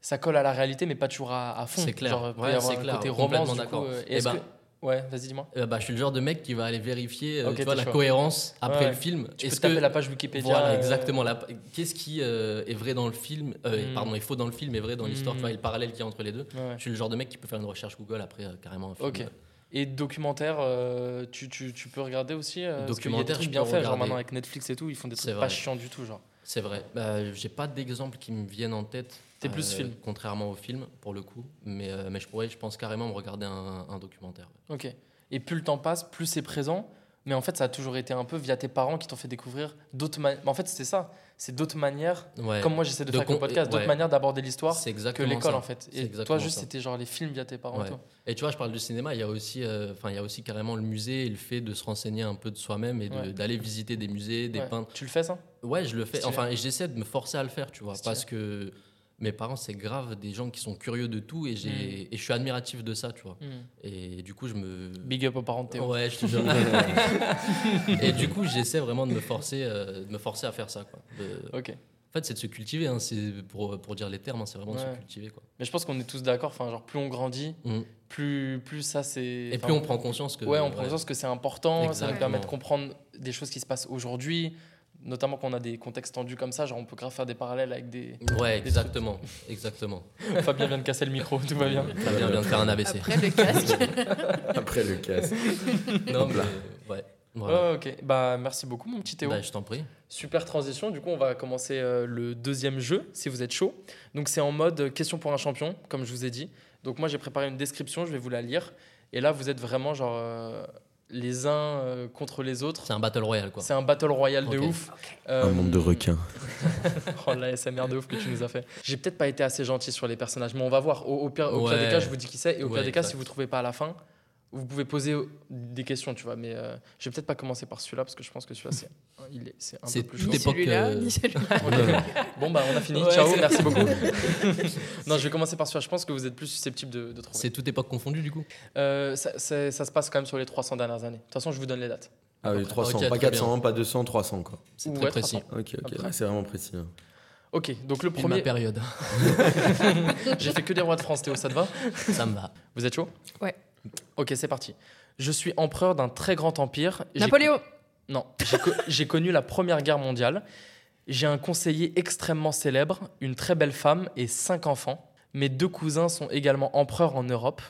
ça colle à la réalité, mais pas toujours à, à fond. C'est clair. Genre, il peut Ouais, y avoir c'est un clair. côté Complètement romance, du d'accord. coup. euh, Eh est-ce ben- que- Ouais, vas-y, dis-moi. Euh, bah, je suis le genre de mec qui va aller vérifier euh, Ok, tu vois, t'es la chaud. cohérence après Ouais. le film. Tu peux Est-ce taper que- la page Wikipédia. Voilà, euh, exactement. la- Qu'est-ce qui euh, est vrai dans le film euh, Mm. Pardon, est faux dans le film et vrai dans l'histoire Mm. Tu vois, et le parallèle qu'il y a entre les deux. ouais. Je suis le genre de mec qui peut faire une recherche Google après euh, carrément un film. Ok. Et documentaire, euh, tu, tu, tu peux regarder aussi euh, parce qu'il y a des Documentaire, trucs je bien peux faits, genre regarder. maintenant avec Netflix et tout, ils font des C'est trucs pas vrai. chiants du tout, genre. C'est vrai. Bah, J'ai pas d'exemple qui me viennent en tête. euh, T'es plus film. Contrairement au film, pour le coup. Mais, euh, mais je pourrais, je pense carrément me regarder un, un documentaire. Ok. Et plus le temps passe, plus c'est présent. Mais en fait, ça a toujours été un peu via tes parents qui t'ont fait découvrir d'autres manières. En fait, c'est ça. C'est d'autres manières, Ouais. comme moi j'essaie de, De faire avec le con- podcast, d'autres ouais. manières d'aborder l'histoire c'est que exactement l'école ça. en fait. C'est Et toi, exactement juste, ça. c'était genre les films via tes parents. Ouais. toi. Et tu vois, je parle du cinéma, il y a aussi, euh, enfin, il y a aussi carrément le musée et le fait de se renseigner un peu de soi-même et de- Ouais. d'aller visiter des musées, des Ouais. peintres. Tu le fais ça Ouais, je le fais. Stylé. Enfin, et j'essaie de me forcer à le faire, tu vois, Stylé. parce que mes parents, c'est grave des gens qui sont curieux de tout et j'ai Mm. et je suis admiratif de ça, tu vois. Et du coup, je me Hmm. Big up aux parents de Théo. Ouais, je te jure. et du coup, j'essaie vraiment de me forcer, euh, de me forcer à faire ça, quoi. De- Ok. En fait, c'est de se cultiver, hein, c'est pour, pour dire les termes, hein, c'est vraiment de Ouais. se cultiver, quoi. Mais je pense qu'on est tous d'accord. Enfin, genre, plus on grandit, Mm. plus, plus ça c'est. Et plus on prend conscience que. Ouais, on prend conscience que c'est important, ça nous Exactement. permet de comprendre des choses qui se passent aujourd'hui, notamment qu'on a des contextes tendus comme ça, genre on peut grave faire des parallèles avec des... Ouais, exactement, exactement. Fabien vient de casser le micro, tout va bien. Fabien vient de faire un ABC. Après le casque. Après le casque. Non, mais, ouais. Voilà. Oh, ok, bah merci beaucoup mon petit Théo. Bah, je t'en prie. Super transition, du coup on va commencer euh, le deuxième jeu, si vous êtes chaud. Donc c'est en mode euh, question pour un champion, comme je vous ai dit. Donc moi j'ai préparé une description, je vais vous la lire. Et là vous êtes vraiment genre euh, les uns euh, contre les autres. C'est un battle royal, quoi. C'est un battle royal de Ok. ouf. Euh, requins. Oh la SMR de ouf que tu nous as fait. J'ai peut-être pas été assez gentil sur les personnages, mais on va voir. Au, au pire, au pire Ouais. des cas, je vous dis qui c'est. Et au pire Ouais, des cas, exact. si vous trouvez pas à la fin, vous pouvez poser des questions, tu vois. Mais euh, je vais peut-être pas commencer par celui-là parce que je pense que celui-là, c'est il est- c'est un C'est peu plus chaud. Toute Ni époque, celui-là, euh, ni celui-là. Bon, bah on a fini. Ouais, Ciao, c'est- merci beaucoup. non, je vais commencer par celui-là. Je pense que vous êtes plus susceptible de, de trouver. C'est toute époque confondue, du coup. Euh, ça, c'est- ça se passe quand même sur les 300 dernières années. De toute façon, je vous donne les dates. Ah oui, Ok, 300, pas très bien. 400, pas 200, 300 quoi. C'est Ou très à précis. 300. Ok, ok. Après. ouais, c'est vraiment précis. hein. Ok, donc le Puis ma premier. période. J'ai fait que les rois de France, Théo, ça te va Ça me va. Vous êtes chaud Ouais. Ok, c'est parti. Je suis empereur d'un très grand empire. J'ai- Napoléon. Non, j'ai co- j'ai connu la Première Guerre mondiale. J'ai un conseiller extrêmement célèbre, une très belle femme et cinq enfants. Mes deux cousins sont également empereurs en Europe.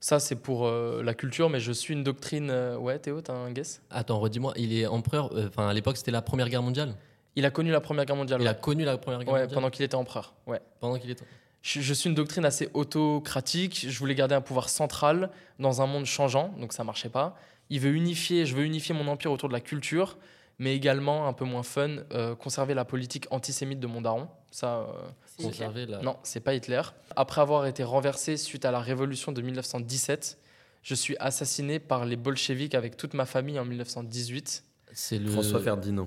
Ça, c'est pour euh, la culture, mais je suis une doctrine. euh, Ouais, Théo, t'as un guess Attends, redis-moi, il est empereur. euh, Enfin, à l'époque, c'était la Première Guerre mondiale. Il a connu la Première Guerre mondiale. Il a connu la Première Guerre Ouais, mondiale pendant qu'il était empereur. Ouais. pendant qu'il était. Je, je suis une doctrine assez autocratique. Je voulais garder un pouvoir central dans un monde changeant, donc ça marchait pas. Il veut unifier, je veux unifier mon empire autour de la culture, mais également un peu moins fun, euh, conserver la politique antisémite de mon daron. Ça, euh, C'est Hitler. Conservé là. non, c'est pas Hitler. Après avoir été renversé suite à la révolution de 1917, Je suis assassiné par les bolcheviks avec toute ma famille en 1918. C'est le. François Ferdinand.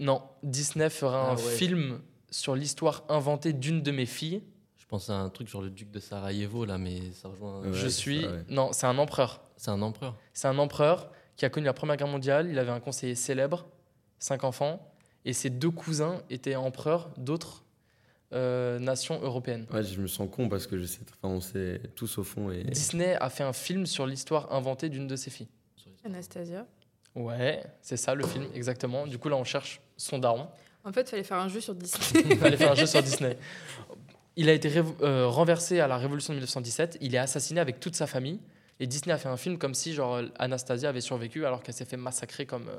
Non, Disney fera Ah un ouais. film sur l'histoire inventée d'une de mes filles. Je pense à un truc genre le duc de Sarajevo, là, mais ça rejoint. Ouais, je c'est suis. ça, ouais. Non, c'est un empereur. C'est un empereur. C'est un empereur qui a connu la Première Guerre mondiale. Il avait un conseiller célèbre, cinq enfants, et ses deux cousins étaient empereurs d'autres euh, nations européennes. Ouais, je me sens con parce que je sais, enfin, on sait tous au fond et. Disney a fait un film sur l'histoire inventée d'une de ses filles. Anastasia. Ouais, c'est ça le film, exactement. Du coup, là, on cherche son daron. En fait, fallait faire un jeu sur Disney. Il fallait faire un jeu sur Disney. Il a été révo- euh, renversé à la Révolution de 1917. Il est assassiné avec toute sa famille. Et Disney a fait un film comme si genre Anastasia avait survécu alors qu'elle s'est fait massacrer comme, euh,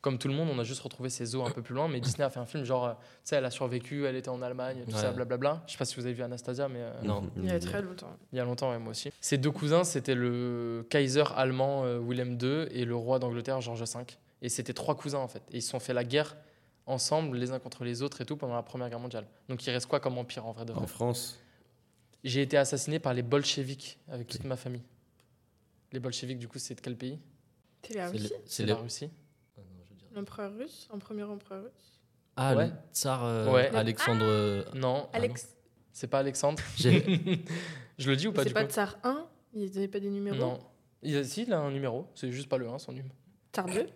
comme tout le monde. On a juste retrouvé ses os un peu plus loin. Mais Disney a fait un film genre, euh, tu sais, elle a survécu, elle était en Allemagne, tout ça, Ouais. blablabla. Je sais pas si vous avez vu Anastasia, mais euh, Non. Mhm. Il y a très longtemps. il y a longtemps, ouais, moi aussi. Ses deux cousins, c'était le Kaiser allemand euh, Wilhelm II et le roi d'Angleterre George V. Et c'était trois cousins en fait. Et ils se sont fait la guerre ensemble, les uns contre les autres et tout, pendant la Première Guerre mondiale. Donc il reste quoi comme empire en vrai de vrai En France. J'ai été assassiné par les bolcheviks euh, avec toute ma famille. Les bolcheviks, du coup, c'est de quel pays T'es la C'est le- Russie C'est C'est le. la Russie. Ah, non, je veux dire- L'empereur russe Un premier empereur russe Ah, Ouais. le tsar euh, Ouais. Alexandre. Non, Ah non. Alex, c'est pas Alexandre. J'ai- Je le dis ou pas c'est du pas coup Tsar 1 Il donnait pas des numéros Non. Il a, si, il a un numéro, c'est juste pas le 1, son numéro. Tsar 2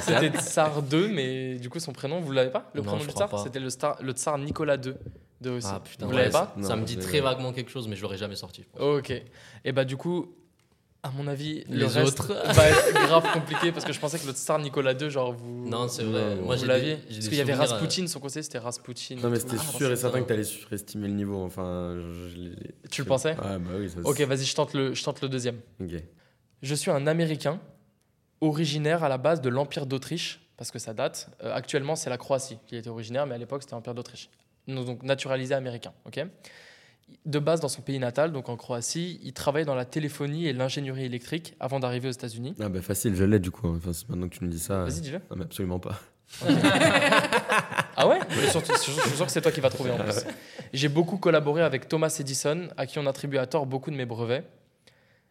C'était Tsar 2, mais du coup, son prénom, vous l'avez pas Le Non, prénom je du crois tsar pas. C'était le, star- le tsar Nicolas II de Russie. Ah, putain, vous ouais, l'avez c'est- pas Non, ça me dit je l'ai- très vaguement quelque chose, mais je l'aurais jamais sorti. je pense. Ok. Et bah du coup, à mon avis, le Les reste autres. va être grave compliqué parce que je pensais que le tsar Nicolas II, genre vous, Non, c'est vrai. Non, Moi, vous j'ai l'aviez. des- j'ai Parce des qu'il y avait souvenirs, euh, Rasputin, son conseiller c'était Rasputin. Non, mais et tout. c'était Ah, sûr et certain non. que t'allais surestimer le niveau. Enfin, je, je l'ai- Tu le pensais Ah, bah oui, ça Ok, vas-y, je tente le, je tente le deuxième. Ok. Je suis un Américain originaire à la base de l'Empire d'Autriche, parce que ça date. Euh, actuellement, c'est la Croatie qui était originaire, mais à l'époque, c'était l'Empire d'Autriche. Donc, donc naturalisé américain. ok de base, dans son pays natal, donc en Croatie, il travaille dans la téléphonie et l'ingénierie électrique avant d'arriver aux États-Unis. Ah, bah facile, je l'ai du coup. Enfin, c'est maintenant que tu me dis ça. Vas-y, dis-le. Non, mais absolument pas. Ah ouais Mais surtout- Je suis sûr que c'est toi qui vas trouver en plus. J'ai beaucoup collaboré avec Thomas Edison, à qui on attribue à tort beaucoup de mes brevets.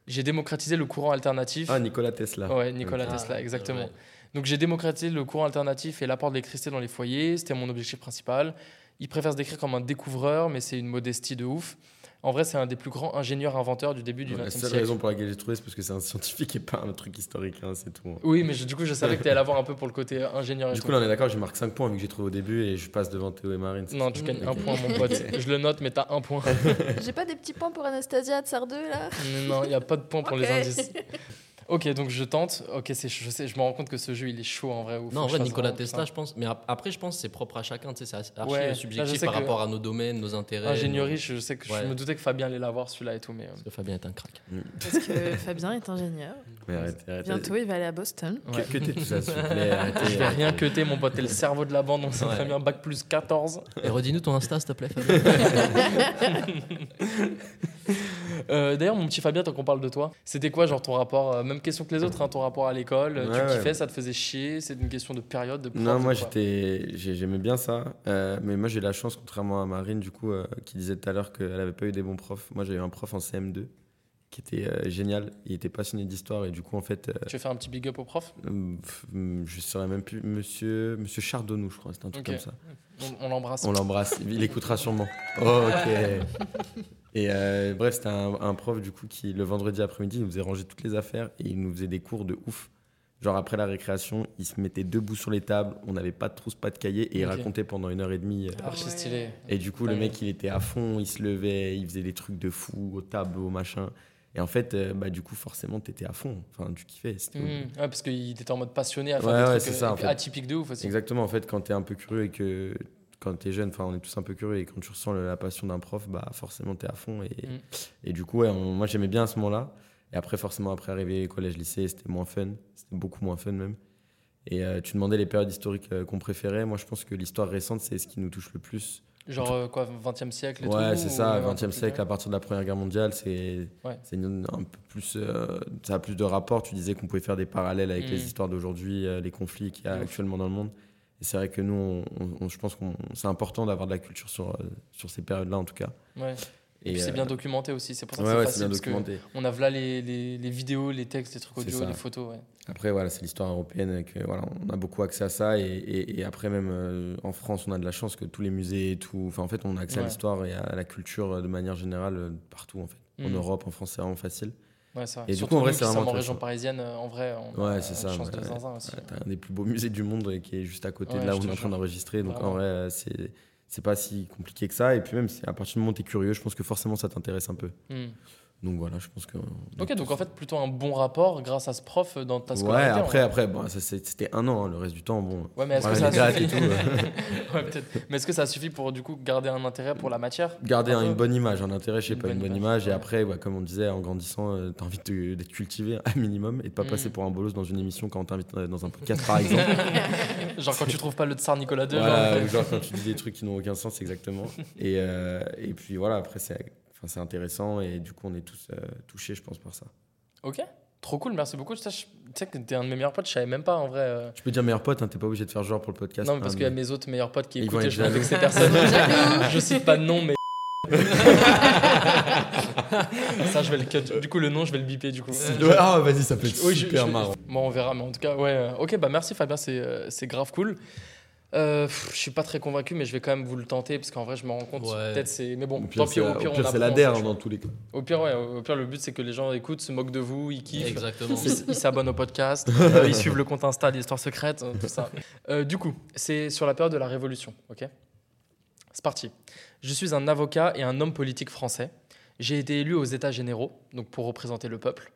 J'ai démocratisé le courant alternatif. Ah, Nicolas Tesla. Ouais, Nikola Ah, Tesla, ouais, exactement. ouais. Donc j'ai démocratisé le courant alternatif et l'apport de l'électricité dans les foyers, c'était mon objectif principal. Il préfère se décrire comme un découvreur, mais c'est une modestie de ouf. En vrai, c'est un des plus grands ingénieurs-inventeurs du début du Ouais, La XXe seule siècle. raison pour laquelle j'ai trouvé, c'est parce que c'est un scientifique et pas un truc historique, hein, c'est tout. Oui, mais je- du coup, je savais que tu allais l'avoir un peu pour le côté euh, ingénieur. et Du tout. coup, là, on est d'accord, je marque 5 points vu que j'ai trouvé au début et je passe devant Théo et Marine. c'est non, tout. tu gagnes Ok. un point, mon pote. Je le note, mais t'as un point. J'ai pas des petits points pour Anastasia Tsar 2 là Non, il n'y a pas de point pour les Ok. indices. Ok, donc je tente. Ok, c'est, je sais, je me rends compte que ce jeu il est chaud en vrai. ou faut Non, en que je vrai, fasse Nicolas vraiment Tesla, je pense. Mais ap- après, je pense que c'est propre à chacun. Tu sais, c'est archi Ouais, là, je subjectif sais par que- rapport à nos domaines, nos intérêts. putain. Ingénierie, je sais que euh, Ouais. je me doutais que Fabien allait l'avoir celui-là et tout, mais. euh, Parce que Fabien est un crack. Parce que Fabien est ingénieur. Mais arrêtez, arrêtez. Bientôt, il va aller à Boston. ouais. Que, que t'es tout ça, s'il vous plaît. arrêtez, Je vais arrêtez. rien cuter, mon pote. T'es le cerveau de la bande, on sait Ouais. très bien. Bac plus 14. Et redis-nous ton Insta, s'il te plaît, Fabien. Euh, D'ailleurs, mon petit Fabien, tant qu'on parle de toi, c'était quoi, genre ton rapport euh, Même question que les autres, hein, ton rapport à l'école. euh, Ouais, tu ouais. kiffais, ça te faisait chier C'est une question de période, de prof, Non, de quoi moi j'étais, j'ai- j'aimais bien ça, Euh, mais moi j'ai la chance, contrairement à Marine, du coup, euh, qui disait tout à l'heure qu'elle avait pas eu des bons profs. Moi j'ai eu un prof en CM2 qui était euh, génial, il était passionné d'histoire et du coup en fait, euh, Tu veux faire un petit big up au prof euh, pff, je saurais même plus, Monsieur, Monsieur Chardonnou, je crois, c'était un truc Ok. comme ça. On, on l'embrasse. On l'embrasse, il écoutera sûrement. Oh, ok. Et euh, bref, c'était un, un prof du coup qui, le vendredi après-midi, il nous faisait ranger toutes les affaires et il nous faisait des cours de ouf. Genre après la récréation, il se mettait debout sur les tables, on n'avait pas de trousse, pas de cahier et il Ok. racontait pendant une heure et demie. Ah Archi ouais. stylé. Et du coup, le Ouais. mec, il était à fond, il se levait, il faisait des trucs de fou au tableau, machin. Et en fait, euh, bah, du coup, forcément, t'étais à fond. Enfin, tu kiffais. c'était Mm. Ouais, parce qu'il était en mode passionné à faire Ouais, des ouais, trucs c'est ça, euh, en fait. atypiques de ouf aussi. Exactement, en fait, quand t'es un peu curieux et que. Quand t'es jeune, enfin, on est tous un peu curieux et quand tu ressens le- la passion d'un prof, bah forcément t'es à fond. Et, Mm. et du coup, ouais, on- moi j'aimais bien à ce moment-là. Et après, forcément, après arriver collège-lycée, c'était moins fun. C'était beaucoup moins fun même. Et euh, tu demandais les périodes historiques euh, qu'on préférait. Moi, je pense que l'histoire récente, c'est ce qui nous touche le plus. Genre euh, quoi, 20e siècle et Ouais, tout, c'est ou ça, même euh, un peu 20e plus siècle, tard à partir de la Première Guerre mondiale, c'est Ouais. c'est une- un peu plus. euh, ça a plus de rapport. Tu disais qu'on pouvait faire des parallèles avec Mm. les histoires d'aujourd'hui, euh, les conflits qu'il y a De ouf. actuellement dans le monde. Et c'est vrai que nous, on- on- on- je pense que c'est important d'avoir de la culture sur, euh, sur ces périodes-là, en tout cas. Ouais. Et, puis c'est bien documenté aussi, c'est pour ça que Ouais, ouais, c'est c'est bien facile. parce que documenté. on a là les, les- les vidéos, les textes, les trucs C'est audio, ça. les photos. ouais. Après, voilà, c'est l'histoire européenne que voilà, on a beaucoup accès à ça. Et, et- et après, même euh, en France, on a de la chance que tous les musées et tout. Enfin, en fait, on a accès à Ouais. l'histoire et à la culture euh, de manière générale euh, partout, en fait. En Mhm. Europe, en France, c'est vraiment facile. Ouais, c'est vrai. Et du Surtout coup, en vrai, nous qui c'est sommes vraiment en région intéressant. parisienne, euh, en vrai, on Ouais, a c'est une ça, chance de ouais. zinzin aussi. T'as un des plus beaux musées du monde euh, qui est juste à côté Ouais, de là je où on te est en train jure. d'enregistrer. Donc, Vraiment. en vrai, euh, c'est c'est pas si compliqué que ça. Et puis, même, c'est à partir du moment où t'es curieux, je pense que forcément, ça t'intéresse un peu. Hmm. Donc, voilà, je pense que. Ok, donc en fait, plutôt un bon rapport grâce à ce prof euh, dans ta Ouais, scolarité. en après, vrai. après, bon, ça, c'est- c'était un an. hein, le reste du temps, bon. Ouais, mais est-ce voilà, que ça les a dates suffi et tout, euh. Ouais, peut-être. Mais est-ce que ça suffit pour du coup garder un intérêt pour la matière garder Un un- peu. une bonne image, un intérêt, je sais Une pas, une bonne bonne image, image. Et ouais. après, ouais, comme on disait, en grandissant, euh, t'as envie de- d'être cultivé un minimum et de pas Mm. passer pour un bolos dans une émission quand on t'invite euh, dans un podcast, par exemple. Genre quand tu trouves pas le tsar Nicolas II, Voilà, genre, ou genre quand tu dis des trucs qui n'ont aucun sens, exactement. Et, euh, et puis voilà, après, c'est enfin, c'est intéressant et du coup, on est tous euh, touchés, je pense, par ça. Ok, trop cool, merci beaucoup. Tu sais, je- tu sais que t'es un de mes meilleurs potes, je savais même pas en vrai. euh. Tu peux dire meilleur pote, hein, t'es pas obligé de faire genre pour le podcast. Non, mais parce hein, qu'il y a mes autres meilleurs potes qui Ils vont écoutaient, être je pense, avec jaloux. ces personnes. je cite pas de nom, mais. ça, je vais le cut. Du coup, le nom, je vais le biper du coup. Ouais, Ah, vas-y, ça peut être Oui, je- super je- marrant. Bon, on verra, mais en tout cas, ouais. euh, Ok, bah merci Fabien, c'est euh, c'est grave cool. Euh, pff, je suis pas très convaincu, mais je vais quand même vous le tenter parce qu'en vrai, je me rends compte. Ouais. Peut-être c'est. Mais bon, Au pire, tant pis, au c'est- pire, au on pire, c'est apprend, la DER ça, hein, je- dans tous les cas. Au pire, ouais, au pire, le but c'est que les gens écoutent, se moquent de vous, ils kiffent. Exactement. Ils ils s'abonnent au podcast, euh, ils suivent le compte Insta d'Histoire Secrète, euh, tout ça. Euh, du coup, c'est sur la période de la Révolution, ok C'est parti. Je suis un avocat et un homme politique français. J'ai été élu aux États généraux, donc pour représenter le peuple.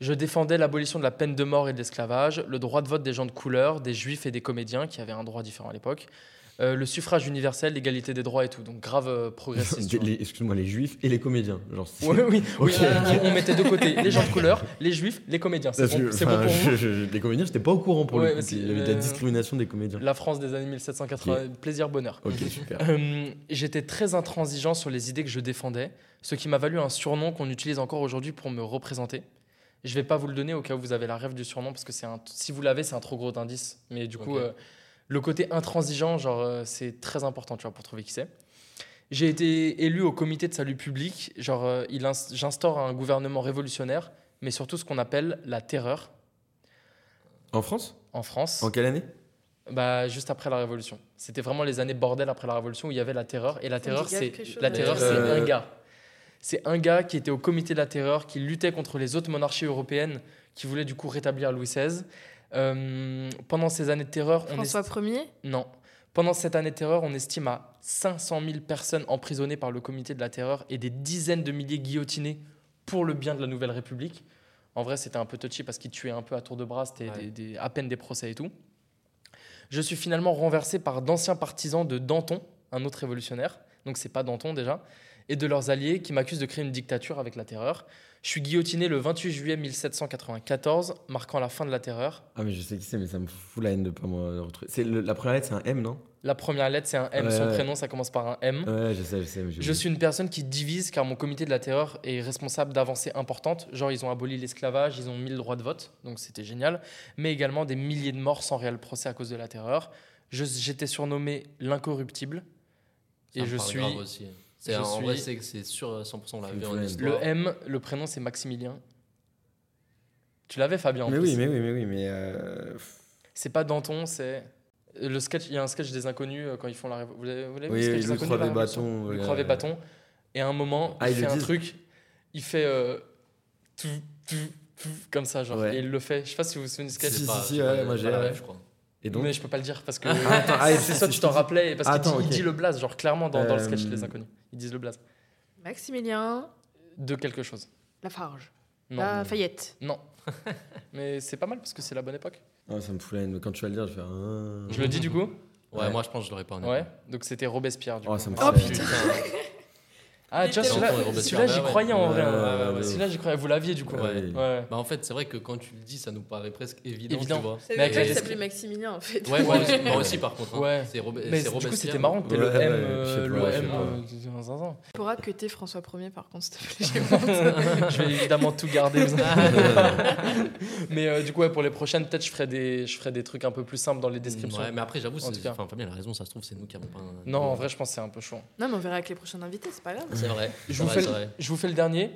Je défendais l'abolition de la peine de mort et de l'esclavage, le droit de vote des gens de couleur, des juifs et des comédiens, qui avaient un droit différent à l'époque, euh, le suffrage universel, l'égalité des droits et tout, donc grave euh, progressiste. tu vois. Les- Excuse-moi, les juifs et les comédiens. Genre, c'est- Oui, oui, oui, Ok. on, on mettait de côté les gens de couleur, les juifs, les comédiens. C'est Parce bon, que, c'est bon enfin, pour vous je- je- je- les comédiens, j'étais pas au courant pour Ouais, le mais coup. c'est- Il y avait de la euh, discrimination des comédiens. La France des années 1780, plaisir, bonheur. Ok, super. Euh, J'étais très intransigeant sur les idées que je défendais, ce qui m'a valu un surnom qu'on utilise encore aujourd'hui pour me représenter. Je vais pas vous le donner au cas où vous avez la rêve du surnom, parce que c'est un, si vous l'avez, c'est un trop gros indice. Mais du coup, Ok. euh, le côté intransigeant, genre, euh, c'est très important, tu vois, pour trouver qui c'est. J'ai été élu au comité de salut public. Genre, euh, il ins- j'instaure un gouvernement révolutionnaire, mais surtout ce qu'on appelle la terreur En France en France. En quelle année Bah, juste après la Révolution. C'était vraiment les années bordel après la Révolution où il y avait la terreur. Et la me terreur, dégage c'est quelque chose, la mais- terreur, c'est Euh, un gars. C'est un gars qui était au comité de la terreur, qui luttait contre les autres monarchies européennes, qui voulaient du coup rétablir Louis XVI. Euh, pendant ces années de terreur, on François Ier est... non. Pendant cette année de terreur, on estime à 500 000 personnes emprisonnées par le comité de la terreur et des dizaines de milliers guillotinés pour le bien de la Nouvelle République. En vrai, c'était un peu touchy parce qu'il tuait un peu à tour de bras, c'était Ouais. des- des- à peine des procès et tout. Je suis finalement renversé par d'anciens partisans de Danton, un autre révolutionnaire, donc c'est pas Danton déjà, et de leurs alliés qui m'accusent de créer une dictature avec la terreur. Je suis guillotiné le 28 juillet 1794, marquant la fin de la terreur. Ah, mais je sais qui c'est, mais ça me fout la haine de pas me retrouver. C'est le- la première lettre, c'est un M, non La première lettre, c'est un M, Ouais, son ouais. prénom, ça commence par un M. Ouais, je sais, je sais. mais j'ai Je oublié. suis une personne qui divise car mon comité de la terreur est responsable d'avancées importantes. Genre, ils ont aboli l'esclavage, ils ont mis le droit de vote, donc c'était génial. Mais également des milliers de morts sans réel procès à cause de la terreur. Je- J'étais surnommé l'incorruptible. Ça Et me je parle suis. grave aussi. C'est je en vrai, suis- c'est c'est sûr 100% la C'est vie en une histoire. Le M, le prénom c'est Maximilien. Tu l'avais, Fabien, en Mais plus. oui, mais oui, mais oui, mais. euh, pff, C'est pas Danton, c'est. euh, Le sketch, il y a un sketch des inconnus euh, quand ils font la révolution. Vous l'avez vous l'avez vu, le Oui, sketch oui, des le inconnus, croix la des Révolution bâtons. le euh, crevé bâton. Et à un moment, Ah, il ils fait le un disent truc, il fait euh, tout, tout, tout, comme ça, genre, Ouais. et il le fait. Je sais pas si vous vous souvenez du Je sais sketch, Si, si, pas, si, j'ai ouais, pas- moi, j'ai j'ai- pas la ref, je crois. Et donc mais je peux pas le dire parce que attends, ah, c'est si, soit si, tu je t'en te dis. rappelais, et parce qu'il Attends, dit, il ok. dit le blaze, genre clairement dans, dans le sketch Euh, Les Inconnus, ils disent le blaze Maximilien de quelque chose. Lafarge. Non, Ah. Lafayette. non. mais c'est pas mal parce que c'est la bonne époque. Ah, ça me fout la haine. mais Quand tu vas le dire, je vais faire. ah. Je le dis du coup. Ouais, Ouais. moi je pense que je l'aurais pas honnêtement. Ouais, donc c'était Robespierre. Du Oh, coup. ça me Oh, fait- putain. Ah, tu vois, celui-là, Danton et Robespierre, celui-là, j'y ouais, ouais. croyais en vrai. Ouais, hein. ouais, ouais, ouais. Celui-là, j'y croyais. Vous l'aviez du coup. Ouais. Hein? Ouais. Bah en fait, c'est vrai que quand tu le dis, ça nous paraît presque évident, Évident. tu vois. Mais avec Et- la il description- s'appelait Maximilien en fait. Ouais, moi aussi, moi aussi, par contre. hein. Ouais. C'est Robert. Mais du coup, c'était marrant que t'aies Ouais, le M, ouais, euh, je sais le pas, M, je sais pas. euh, du- du- zinzin. Tu pourras que t'es François Ier par contre, s'il te plaît. je vais évidemment tout garder. vous- mais euh, du coup, ouais, pour les prochaines, peut-être je ferai des, je ferai des trucs un peu plus simples dans les descriptions. Ouais, mais après, j'avoue, En tout c'est- cas. enfin, Fabien, il a raison, ça se trouve, c'est nous qui avons pas. un- Non, en vrai, je pense que c'est un peu chaud. Non, mais on verra avec les prochains invités, c'est pas grave. C'est vrai. Je c'est vous, vrai, fais c'est le, vrai. je vous fais le dernier.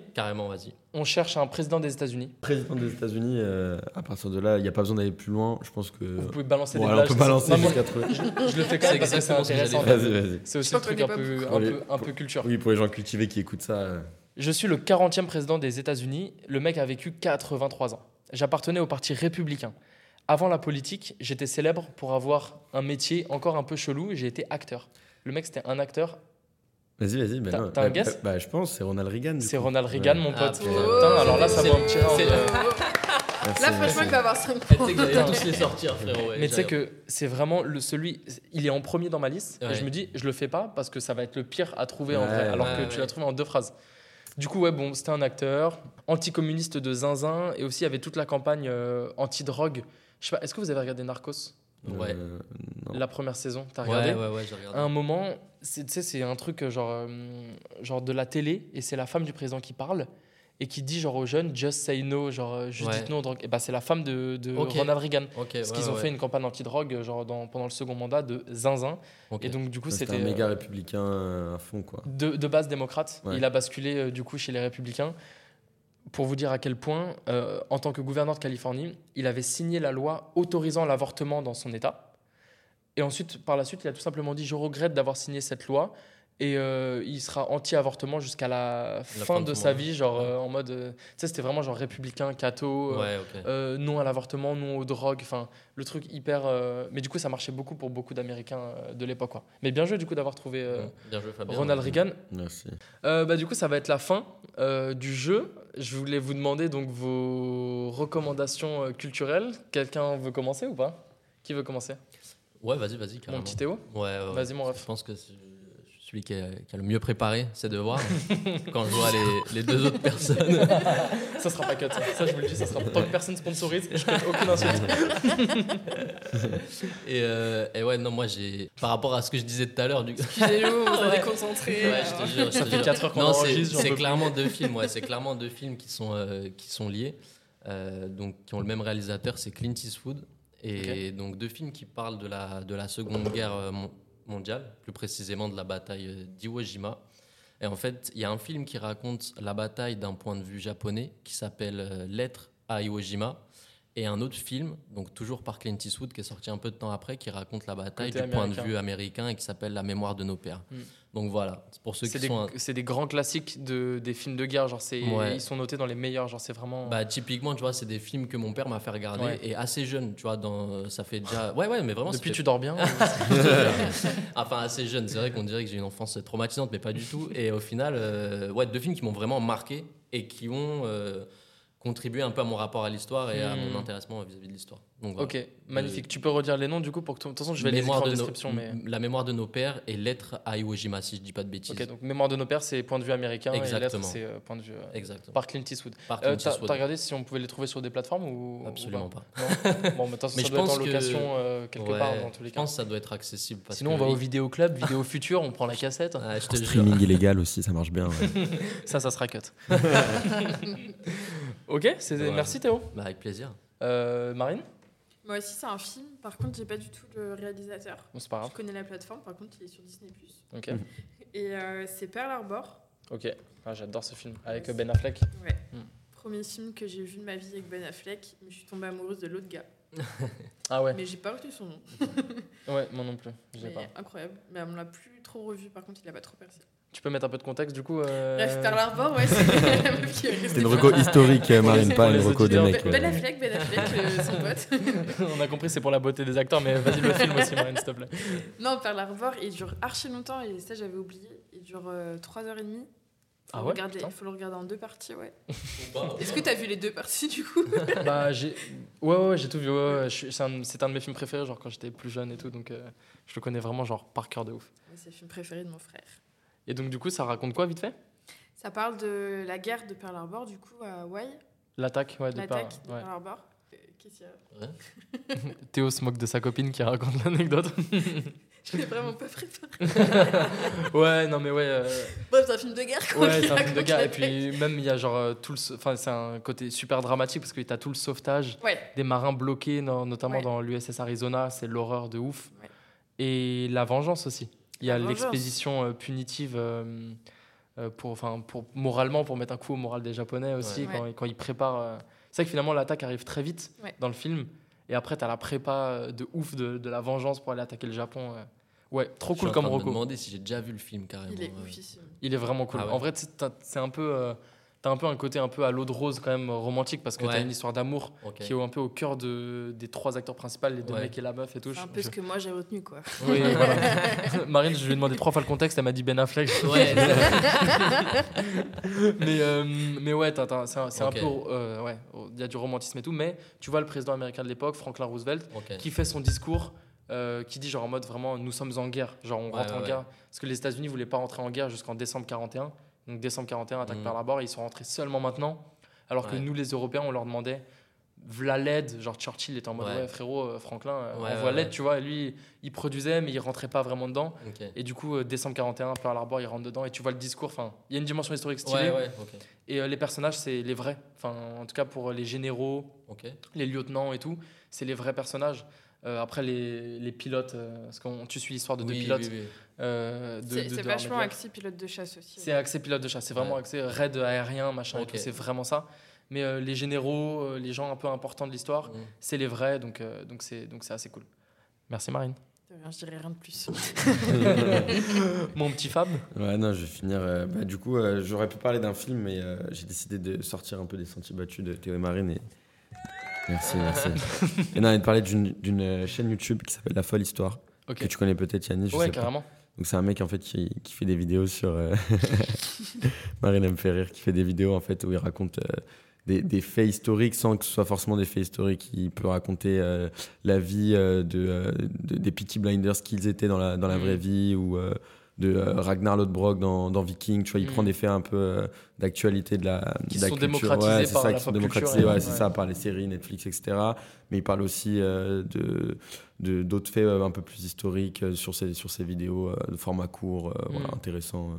Carrément, vas-y. On cherche un président des États-Unis. Président des États-Unis, euh, à partir de là, il n'y a pas besoin d'aller plus loin. Je pense que. Vous pouvez balancer Euh, Bon, des alors, on blagues. peut balancer Non, mais jusqu'à trouver. je le fais quand même parce que c'est exactement ce que j'allais intéressant. Vas-y, vas-y. C'est aussi Je un truc connais un pas peu, beaucoup. un, peu, un peu culture. Oui, pour les gens cultivés qui écoutent ça. euh, Je suis le 40e président des États-Unis. Le mec a vécu 83 ans. J'appartenais au parti républicain. Avant la politique, j'étais célèbre pour avoir un métier encore un peu chelou. J'ai été acteur. Le mec, c'était un acteur. Vas-y, vas-y. bah T'as- non. t'as un Bah, guess bah, je pense, c'est Ronald Reagan. du C'est coup. Ronald Reagan, Ouais. mon Ah, pote. putain. Putain, alors là, ça C'est- m'a un petit round, c'est- euh, Ouais, Oh. Là, Ah, c'est- franchement, il peut avoir 5 Elle points. sait que j'allais tous les sortir, frérot. ouais, Mais tu sais j'allais- que c'est vraiment le celui, il est en premier dans ma liste. Ouais. Et je me dis, je le fais pas parce que ça va être le pire à trouver en Ouais. vrai, alors que Ouais, tu ouais. l'as trouvé en deux phrases. Du coup, ouais, bon, c'était un acteur anticommuniste de zinzin et aussi il y avait toute la campagne euh, anti-drogue. Je sais pas, est-ce que vous avez regardé Narcos Ouais. Euh, non. la première saison T'as regardé Ouais, ouais, ouais, j'ai regardé. À un moment, c'est- tu sais, c'est un truc euh, genre, euh, genre de la télé et c'est la femme du président qui parle et qui dit genre aux jeunes Just say no, genre euh, juste Ouais. dites non aux drogues. Et bah c'est la femme de, de Ok. Ronald Reagan. Ok, Parce ouais, qu'ils ont ouais. fait une campagne anti-drogue euh, genre dans- pendant le second mandat de zinzin. Ok. Et donc, du coup, Ça, C'était c'était un méga euh, républicain euh, à fond, quoi. de, de base démocrate. Ouais. Il a basculé, euh, du coup, chez les républicains. Pour vous dire à quel point, euh, en tant que gouverneur de Californie, il avait signé la loi autorisant l'avortement dans son État. Et ensuite, par la suite, il a tout simplement dit Je regrette d'avoir signé cette loi. Et euh, il sera anti-avortement jusqu'à la, fin fin de, de son sa mandat. vie, genre euh, en mode. euh, tu sais, c'était vraiment genre républicain, catho. euh, Ouais, ok. euh, non à l'avortement, non aux drogues, enfin le truc hyper. euh, Mais du coup, ça marchait beaucoup pour beaucoup d'Américains euh, de l'époque, quoi. Mais bien joué du coup d'avoir trouvé euh, Bon, Bien joué, Fabien. Ronald Reagan. Merci. Euh, bah du coup, ça va être la fin euh, du jeu. Je voulais vous demander donc vos recommandations euh, culturelles. Quelqu'un veut commencer ou pas Qui veut commencer Ouais, vas-y, vas-y, Mon carrément. petit Théo. Ouais, ouais, ouais. Vas-y, mon ref. Je pense que c'est- je suis celui qui a, qui a le mieux préparé ses devoirs. Quand je vois les, les deux autres personnes. Ça sera pas cut. Ça, Ça, je vous le dis, ça sera tant que personne sponsorise. Je fais aucune insulte. Et, euh, et ouais, non, moi, j'ai. Par rapport à ce que je disais tout à l'heure, du Excusez-nous, on Ouais. s'est déconcentré. Ouais, je te jure, je Ça te fait jure. 4 heures qu'on Non, c'est- enregistre. j'en c'est peux plus. clairement deux films. Ouais, c'est clairement deux films qui sont euh, qui sont liés, euh, donc qui ont le même réalisateur, c'est Clint Eastwood, et donc deux films qui parlent de la de la Seconde Guerre euh, mon- mondiale, plus précisément de la bataille euh, d'Iwo Jima. Et en fait, il y a un film qui raconte la bataille d'un point de vue japonais qui s'appelle euh, Lettre à Iwo Jima. Et un autre film, donc toujours par Clint Eastwood, qui est sorti un peu de temps après, qui raconte la bataille Côté du point de américain. vue américain et qui s'appelle La mémoire de nos pères. Hmm. Donc voilà, c'est pour ceux qui C'est des, sont un- c'est des grands classiques de, des films de guerre. Genre, c'est- Ouais. ils sont notés dans les meilleurs. Genre, c'est vraiment. Bah typiquement, tu vois, c'est des films que mon père m'a fait regarder Ouais. Ah. et assez jeune, tu vois, dans ça fait déjà Ouais ouais, mais vraiment ça Depuis, fait- tu dors bien. enfin assez jeune, c'est vrai qu'on dirait que j'ai une enfance traumatisante mais pas du tout et au final euh, ouais, deux films qui m'ont vraiment marqué et qui ont euh, contribué un peu à mon rapport à l'histoire et à Hmm. mon intéressement vis-à-vis de l'histoire. Donc voilà. Ok, magnifique. Tu peux redire les noms du coup pour que de toute façon je vais les écrire Euh, Mémoire en de nos- description. Mais... la mémoire de nos pères et lettres à Iwo Jima si je dis pas de bêtises. Ok, donc mémoire de nos pères, c'est point de vue américain et lettres, Exactement. c'est euh, point de vue euh, Exactement. par Clint Eastwood. Par Euh, Clint T'as Eastwood. t'as regardé si on pouvait les trouver sur des plateformes ou ou Absolument pas. pas Non Bon, mais de toute façon, Mais ça je doit être en pense que- location euh, quelque part Ouais, dans tous les Je cas. pense que ça doit être accessible parce Sinon, que on va oui. au vidéo club, vidéo future, on prend la cassette. Ouais, je te jure. Streaming illégal aussi, ça marche bien. ouais. Ça, ça sera cut. ok, c'est- Voilà. merci Théo. Bah, avec plaisir. Euh, Marine Moi aussi, c'est un film. Par contre, j'ai pas du tout le réalisateur. Bon, C'est pas grave. Je connais la plateforme, par contre, il est sur Disney. Ok, Et euh, c'est Pearl Harbor. ok. Ah, J'adore ce film avec euh, Ben Affleck. Ouais. Hmm. Premier film que j'ai vu de ma vie avec Ben Affleck. Mais je suis tombée amoureuse de l'autre gars. Ah ouais, Mais j'ai pas retenu son nom. ouais, moi non plus. je l'ai Mais pas. Euh, incroyable. Mais on l'a plus trop revu, par contre, il a pas trop percé. Tu peux mettre un peu de contexte du coup euh, Bref, Pearl Harbor, ouais, c'est la meuf qui est C'est restée. une reco historique, euh, Marine, les- pas pour une les reco des auditeurs, mecs. Ben euh. Affleck, Ben Affleck, euh, son pote. On a compris, c'est pour la beauté des acteurs, mais vas-y, le film aussi, Marine, s'il te plaît. Non, Pearl Harbor, il dure archi longtemps et ça j'avais oublié. Il dure euh, 3h30. Faut Ah le ouais, regarder- putain. faut le regarder en deux parties, ouais. Est-ce que t'as vu les deux parties du coup Bah, j'ai. Ouais, ouais, ouais, j'ai tout vu. ouais, ouais, je suis- C'est un, c'est un de mes films préférés, genre quand j'étais plus jeune et tout, donc euh, je le connais vraiment, genre par cœur de ouf. Ouais, C'est le film préféré de mon frère. Et donc, du coup, ça raconte quoi, vite fait Ça parle de la guerre de Pearl Harbor, du coup, à Hawaï. L'attaque, ouais, de L'attaque de par- ouais. Pearl Harbor. Euh, Qu'est-ce qu'il y a Théo se moque de sa copine qui raconte l'anecdote. Je l'ai vraiment pas préparé. ouais, non, mais ouais. euh, Bref, c'est un film de guerre quoi. Ouais, qui c'est un film de raconte guerre. la Et puis, même, il y a genre euh, tout le. sau- Enfin, c'est un côté super dramatique parce que t'as tout le sauvetage. Ouais, des marins bloqués, no- notamment Ouais. dans l'USS Arizona, c'est l'horreur de ouf. Ouais. Et la vengeance aussi. Il y a La vengeance. l'expédition euh, punitive euh, euh, pour, enfin, pour, moralement, pour mettre un coup au moral des Japonais aussi, Ouais. Quand, quand ils préparent. euh, C'est vrai que finalement, l'attaque arrive très vite Ouais. dans le film. Et après, t'as la prépa euh, de ouf de, de la vengeance pour aller attaquer le Japon. euh. Ouais, trop Je suis cool en comme train de me Rocco. demander si j'ai déjà vu le film carrément. Il est euh, oufissime. Il est vraiment cool. Ah ouais. En vrai, c'est t'as- c'est un peu. euh, T'as un peu un côté un peu à l'eau de rose quand même euh, romantique parce que t'as Ouais. une histoire d'amour ok. qui est un peu au cœur de, des trois acteurs principaux, les deux Ouais. mecs et la meuf et tout. C'est un Je- peu je- ce que moi j'ai retenu, quoi. Oui, voilà. Marine, je lui ai demandé trois fois le contexte, elle m'a dit Ben Affleck. Ouais, mais, euh, mais ouais, t'as- t'as- c'est un, c'est un Ok. peu. euh, ouais, il y a du romantisme et tout, mais tu vois le président américain de l'époque, Franklin Roosevelt, ok. qui fait son discours euh, qui dit genre en mode vraiment nous sommes en guerre, genre on Ouais, rentre en ouais, guerre parce que les États-Unis voulaient pas rentrer en guerre jusqu'en décembre 41. Donc décembre 41 attaque Mhm. par la barre, et ils sont rentrés seulement maintenant alors que Ouais. nous les Européens on leur demandait v'là l'aide, genre Churchill était en mode ouais, Ouais. frérot euh, Franklin euh, Ouais, envoie ouais, l'aide, ouais. tu vois, et lui il produisait mais il rentrait pas vraiment dedans. ok. Et du coup, euh, décembre 41, Pearl Harbor, il rentre dedans et tu vois le discours. Enfin, il y a une dimension historique stylée. Ouais, ouais, ok. Et euh, les personnages, c'est les vrais. Enfin, en tout cas, pour euh, les généraux, Ok. les lieutenants et tout, c'est les vrais personnages. Euh, après, les, les pilotes, euh, parce qu'on tu suis l'histoire de deux Oui, pilotes. oui, oui. euh, de- C'est de- c'est de vachement l'armée de l'air. axé pilote de chasse aussi. C'est axé pilote de chasse, c'est vraiment Ouais. axé raid aérien, machin. et Ok. tout, C'est vraiment ça. Mais euh, les généraux, euh, les gens un peu importants de l'histoire, Mm. c'est les vrais, donc euh, donc c'est donc c'est assez cool. Merci Marine. Je dirais rien de plus. Mon petit Fab. Ouais, non, je vais finir. euh, bah, du coup, euh, j'aurais pu parler d'un film, mais euh, j'ai décidé de sortir un peu des sentiers battus de Théo et Marine. Et... Merci, merci. et non, et de parler d'une- d'une euh, chaîne YouTube qui s'appelle La Folle Histoire, Ok. que tu connais peut-être, Yannis. je ouais, sais pas. carrément. Donc, c'est un mec, en fait, qui, qui fait des vidéos sur. euh, Marine, elle me fait rire, qui fait des vidéos, en fait, où il raconte. euh, des, des faits historiques sans que ce soit forcément des faits historiques. Il peut raconter euh, la vie euh, de, euh, de- des Peaky Blinders qu'ils étaient dans la, dans la Mhm. vraie vie ou euh, de euh, Ragnar Lodbrok dans, dans Viking. Tu vois, il Mhm. prend des faits un peu euh, d'actualité de la, Qui de la sont culture. démocratisés Ouais, c'est par ça, la qui sont pop culture démocratisés, et- ouais, c'est ouais. ça, par les séries, Netflix, etc. Mais il parle aussi euh, de de- d'autres faits euh, un peu plus historiques euh, sur ces, sur ces vidéos euh, de format court, euh, voilà, Mhm. intéressant euh,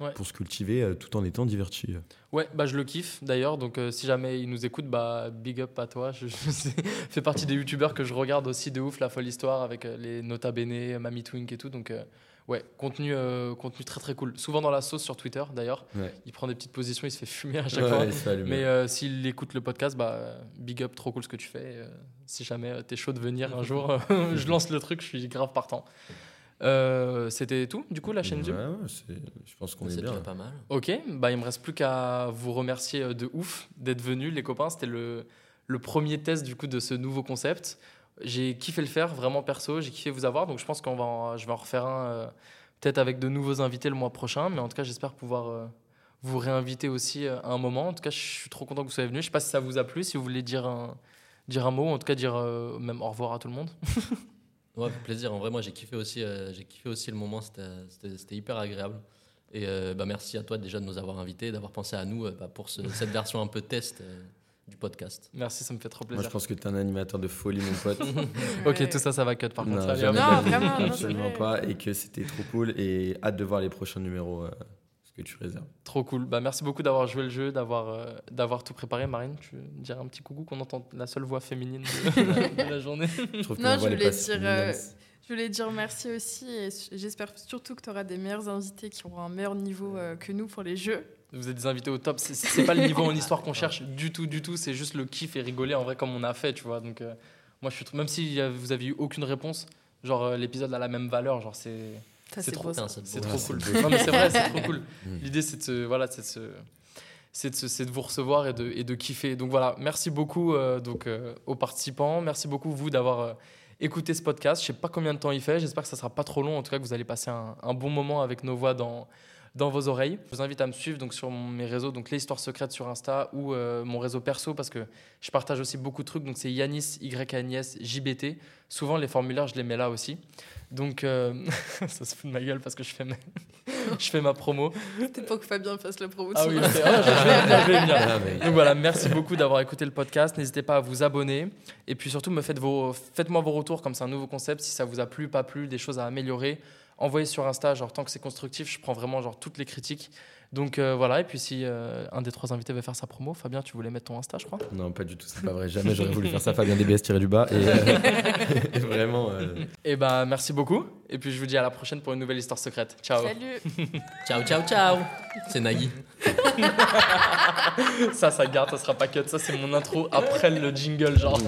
Ouais. pour se cultiver euh, tout en étant diverti. Ouais, bah je le kiffe d'ailleurs, donc euh, si jamais il nous écoute, bah big up à toi. Je, je sais- fais partie des youtubeurs que je regarde aussi de ouf, La Folle Histoire avec euh, les Nota Bene, Mamie Twink et tout, donc euh, ouais, contenu, euh, contenu très très cool. Souvent dans la sauce sur Twitter d'ailleurs, Ouais. il prend des petites positions, il se fait fumer à chaque Ouais, fois. il se fait allumer. Mais euh, s'il écoute le podcast, bah euh, big up, trop cool ce que tu fais. euh, si jamais euh, t'es chaud de venir un jour, euh, je lance le truc, je suis grave partant. Euh, C'était tout du coup la chaîne YouTube Ouais, ouais, c'est- je pense qu'on est C'est bien. hein. déjà pas mal. Ok, bah il me reste plus qu'à vous remercier euh, de ouf d'être venus les copains. C'était le, le premier test du coup de ce nouveau concept. J'ai kiffé le faire, vraiment perso, j'ai kiffé vous avoir. Donc je pense qu'on va, en- je vais en refaire un euh, peut-être avec de nouveaux invités le mois prochain. Mais en tout cas, j'espère pouvoir euh, vous réinviter aussi euh, à un moment. En tout cas, je suis trop content que vous soyez venus. Je sais pas si ça vous a plu, si vous voulez dire un, dire un mot, en tout cas dire euh, même au revoir à tout le monde. Ouais, avec plaisir. En vrai, moi, j'ai kiffé aussi. euh, j'ai kiffé aussi le moment. C'était, c'était- c'était hyper agréable. Et euh, bah, merci à toi déjà de nous avoir invités, d'avoir pensé à nous euh, bah, pour ce- cette version un peu test euh, du podcast. Merci, ça me fait trop Moi, plaisir. je pense que t'es un animateur de folie, mon pote. Ok, tout ça, ça va cut par Non, contre. Allez, jamais hop. de Non, la vie, vraiment, non, c'est absolument vrai. pas. Et que c'était trop cool. Et hâte de voir les prochains numéros, euh, ce que tu réserves. Trop cool. Bah, merci beaucoup d'avoir joué le jeu, d'avoir euh, d'avoir tout préparé. Marine, tu veux dire un petit coucou qu'on entend la seule voix féminine de, de la journée. Je trouve que Non, ma je voix, elle voulais passe dire, immense. euh, Je voulais dire merci aussi et s- j'espère surtout que tu auras des meilleurs invités qui auront un meilleur niveau euh, que nous pour les jeux. Vous êtes des invités au top. C'est- C'est pas le niveau en histoire qu'on cherche du tout, du tout. C'est juste le kiff et rigoler en vrai comme on a fait, tu vois. Donc euh, moi je suis tr- même si euh, vous avez eu aucune réponse, genre euh, l'épisode a la même valeur, genre c'est Ça, C'est c'est trop beau, ça. Putain, c'est c'est beau. trop c'est cool. beau. Non mais c'est vrai, c'est trop cool. Mm. L'idée c'est de se- voilà, c'est de se- c'est de, se- c'est de vous recevoir et de, et de kiffer. Donc voilà, merci beaucoup euh, donc, euh, aux participants. Merci beaucoup, vous, d'avoir euh, écouté ce podcast. Je sais pas combien de temps il fait. J'espère que ça sera pas trop long. En tout cas, que vous allez passer un, un bon moment avec nos voix dans, dans vos oreilles. Je vous invite à me suivre donc, sur mon- mes réseaux, donc les histoires secrètes sur Insta ou euh, mon réseau perso parce que je partage aussi beaucoup de trucs. Donc c'est Yanis, YANIS, JBT. Souvent, les formulaires, je les mets là aussi. Donc euh, ça se fout de ma gueule parce que je fais ma, je fais ma promo. C'était pour que Fabien fasse la promo. de Ah son- oui, ok. Ah, je, je vais venir, je vais venir. Ah, mais- Donc voilà, merci beaucoup d'avoir écouté le podcast. N'hésitez pas à vous abonner. Et puis surtout, me faites vos, faites-moi vos retours, comme c'est un nouveau concept, si ça vous a plu, pas plu, des choses à améliorer. envoyez sur Insta, genre tant que c'est constructif, je prends vraiment genre toutes les critiques. Donc euh, voilà, et puis si euh, un des trois invités veut faire sa promo, Fabien, tu voulais mettre ton Insta, je crois Non, pas du tout, c'est pas vrai. Jamais j'aurais voulu faire ça. Fabien DBS tiré du bas. Et, euh, et vraiment. euh, Et bah merci beaucoup, et puis je vous dis à la prochaine pour une nouvelle histoire secrète. Ciao Salut Ciao, ciao, ciao C'est Nagui. Ça, ça garde, ça sera pas cut, ça c'est mon intro après le jingle, genre.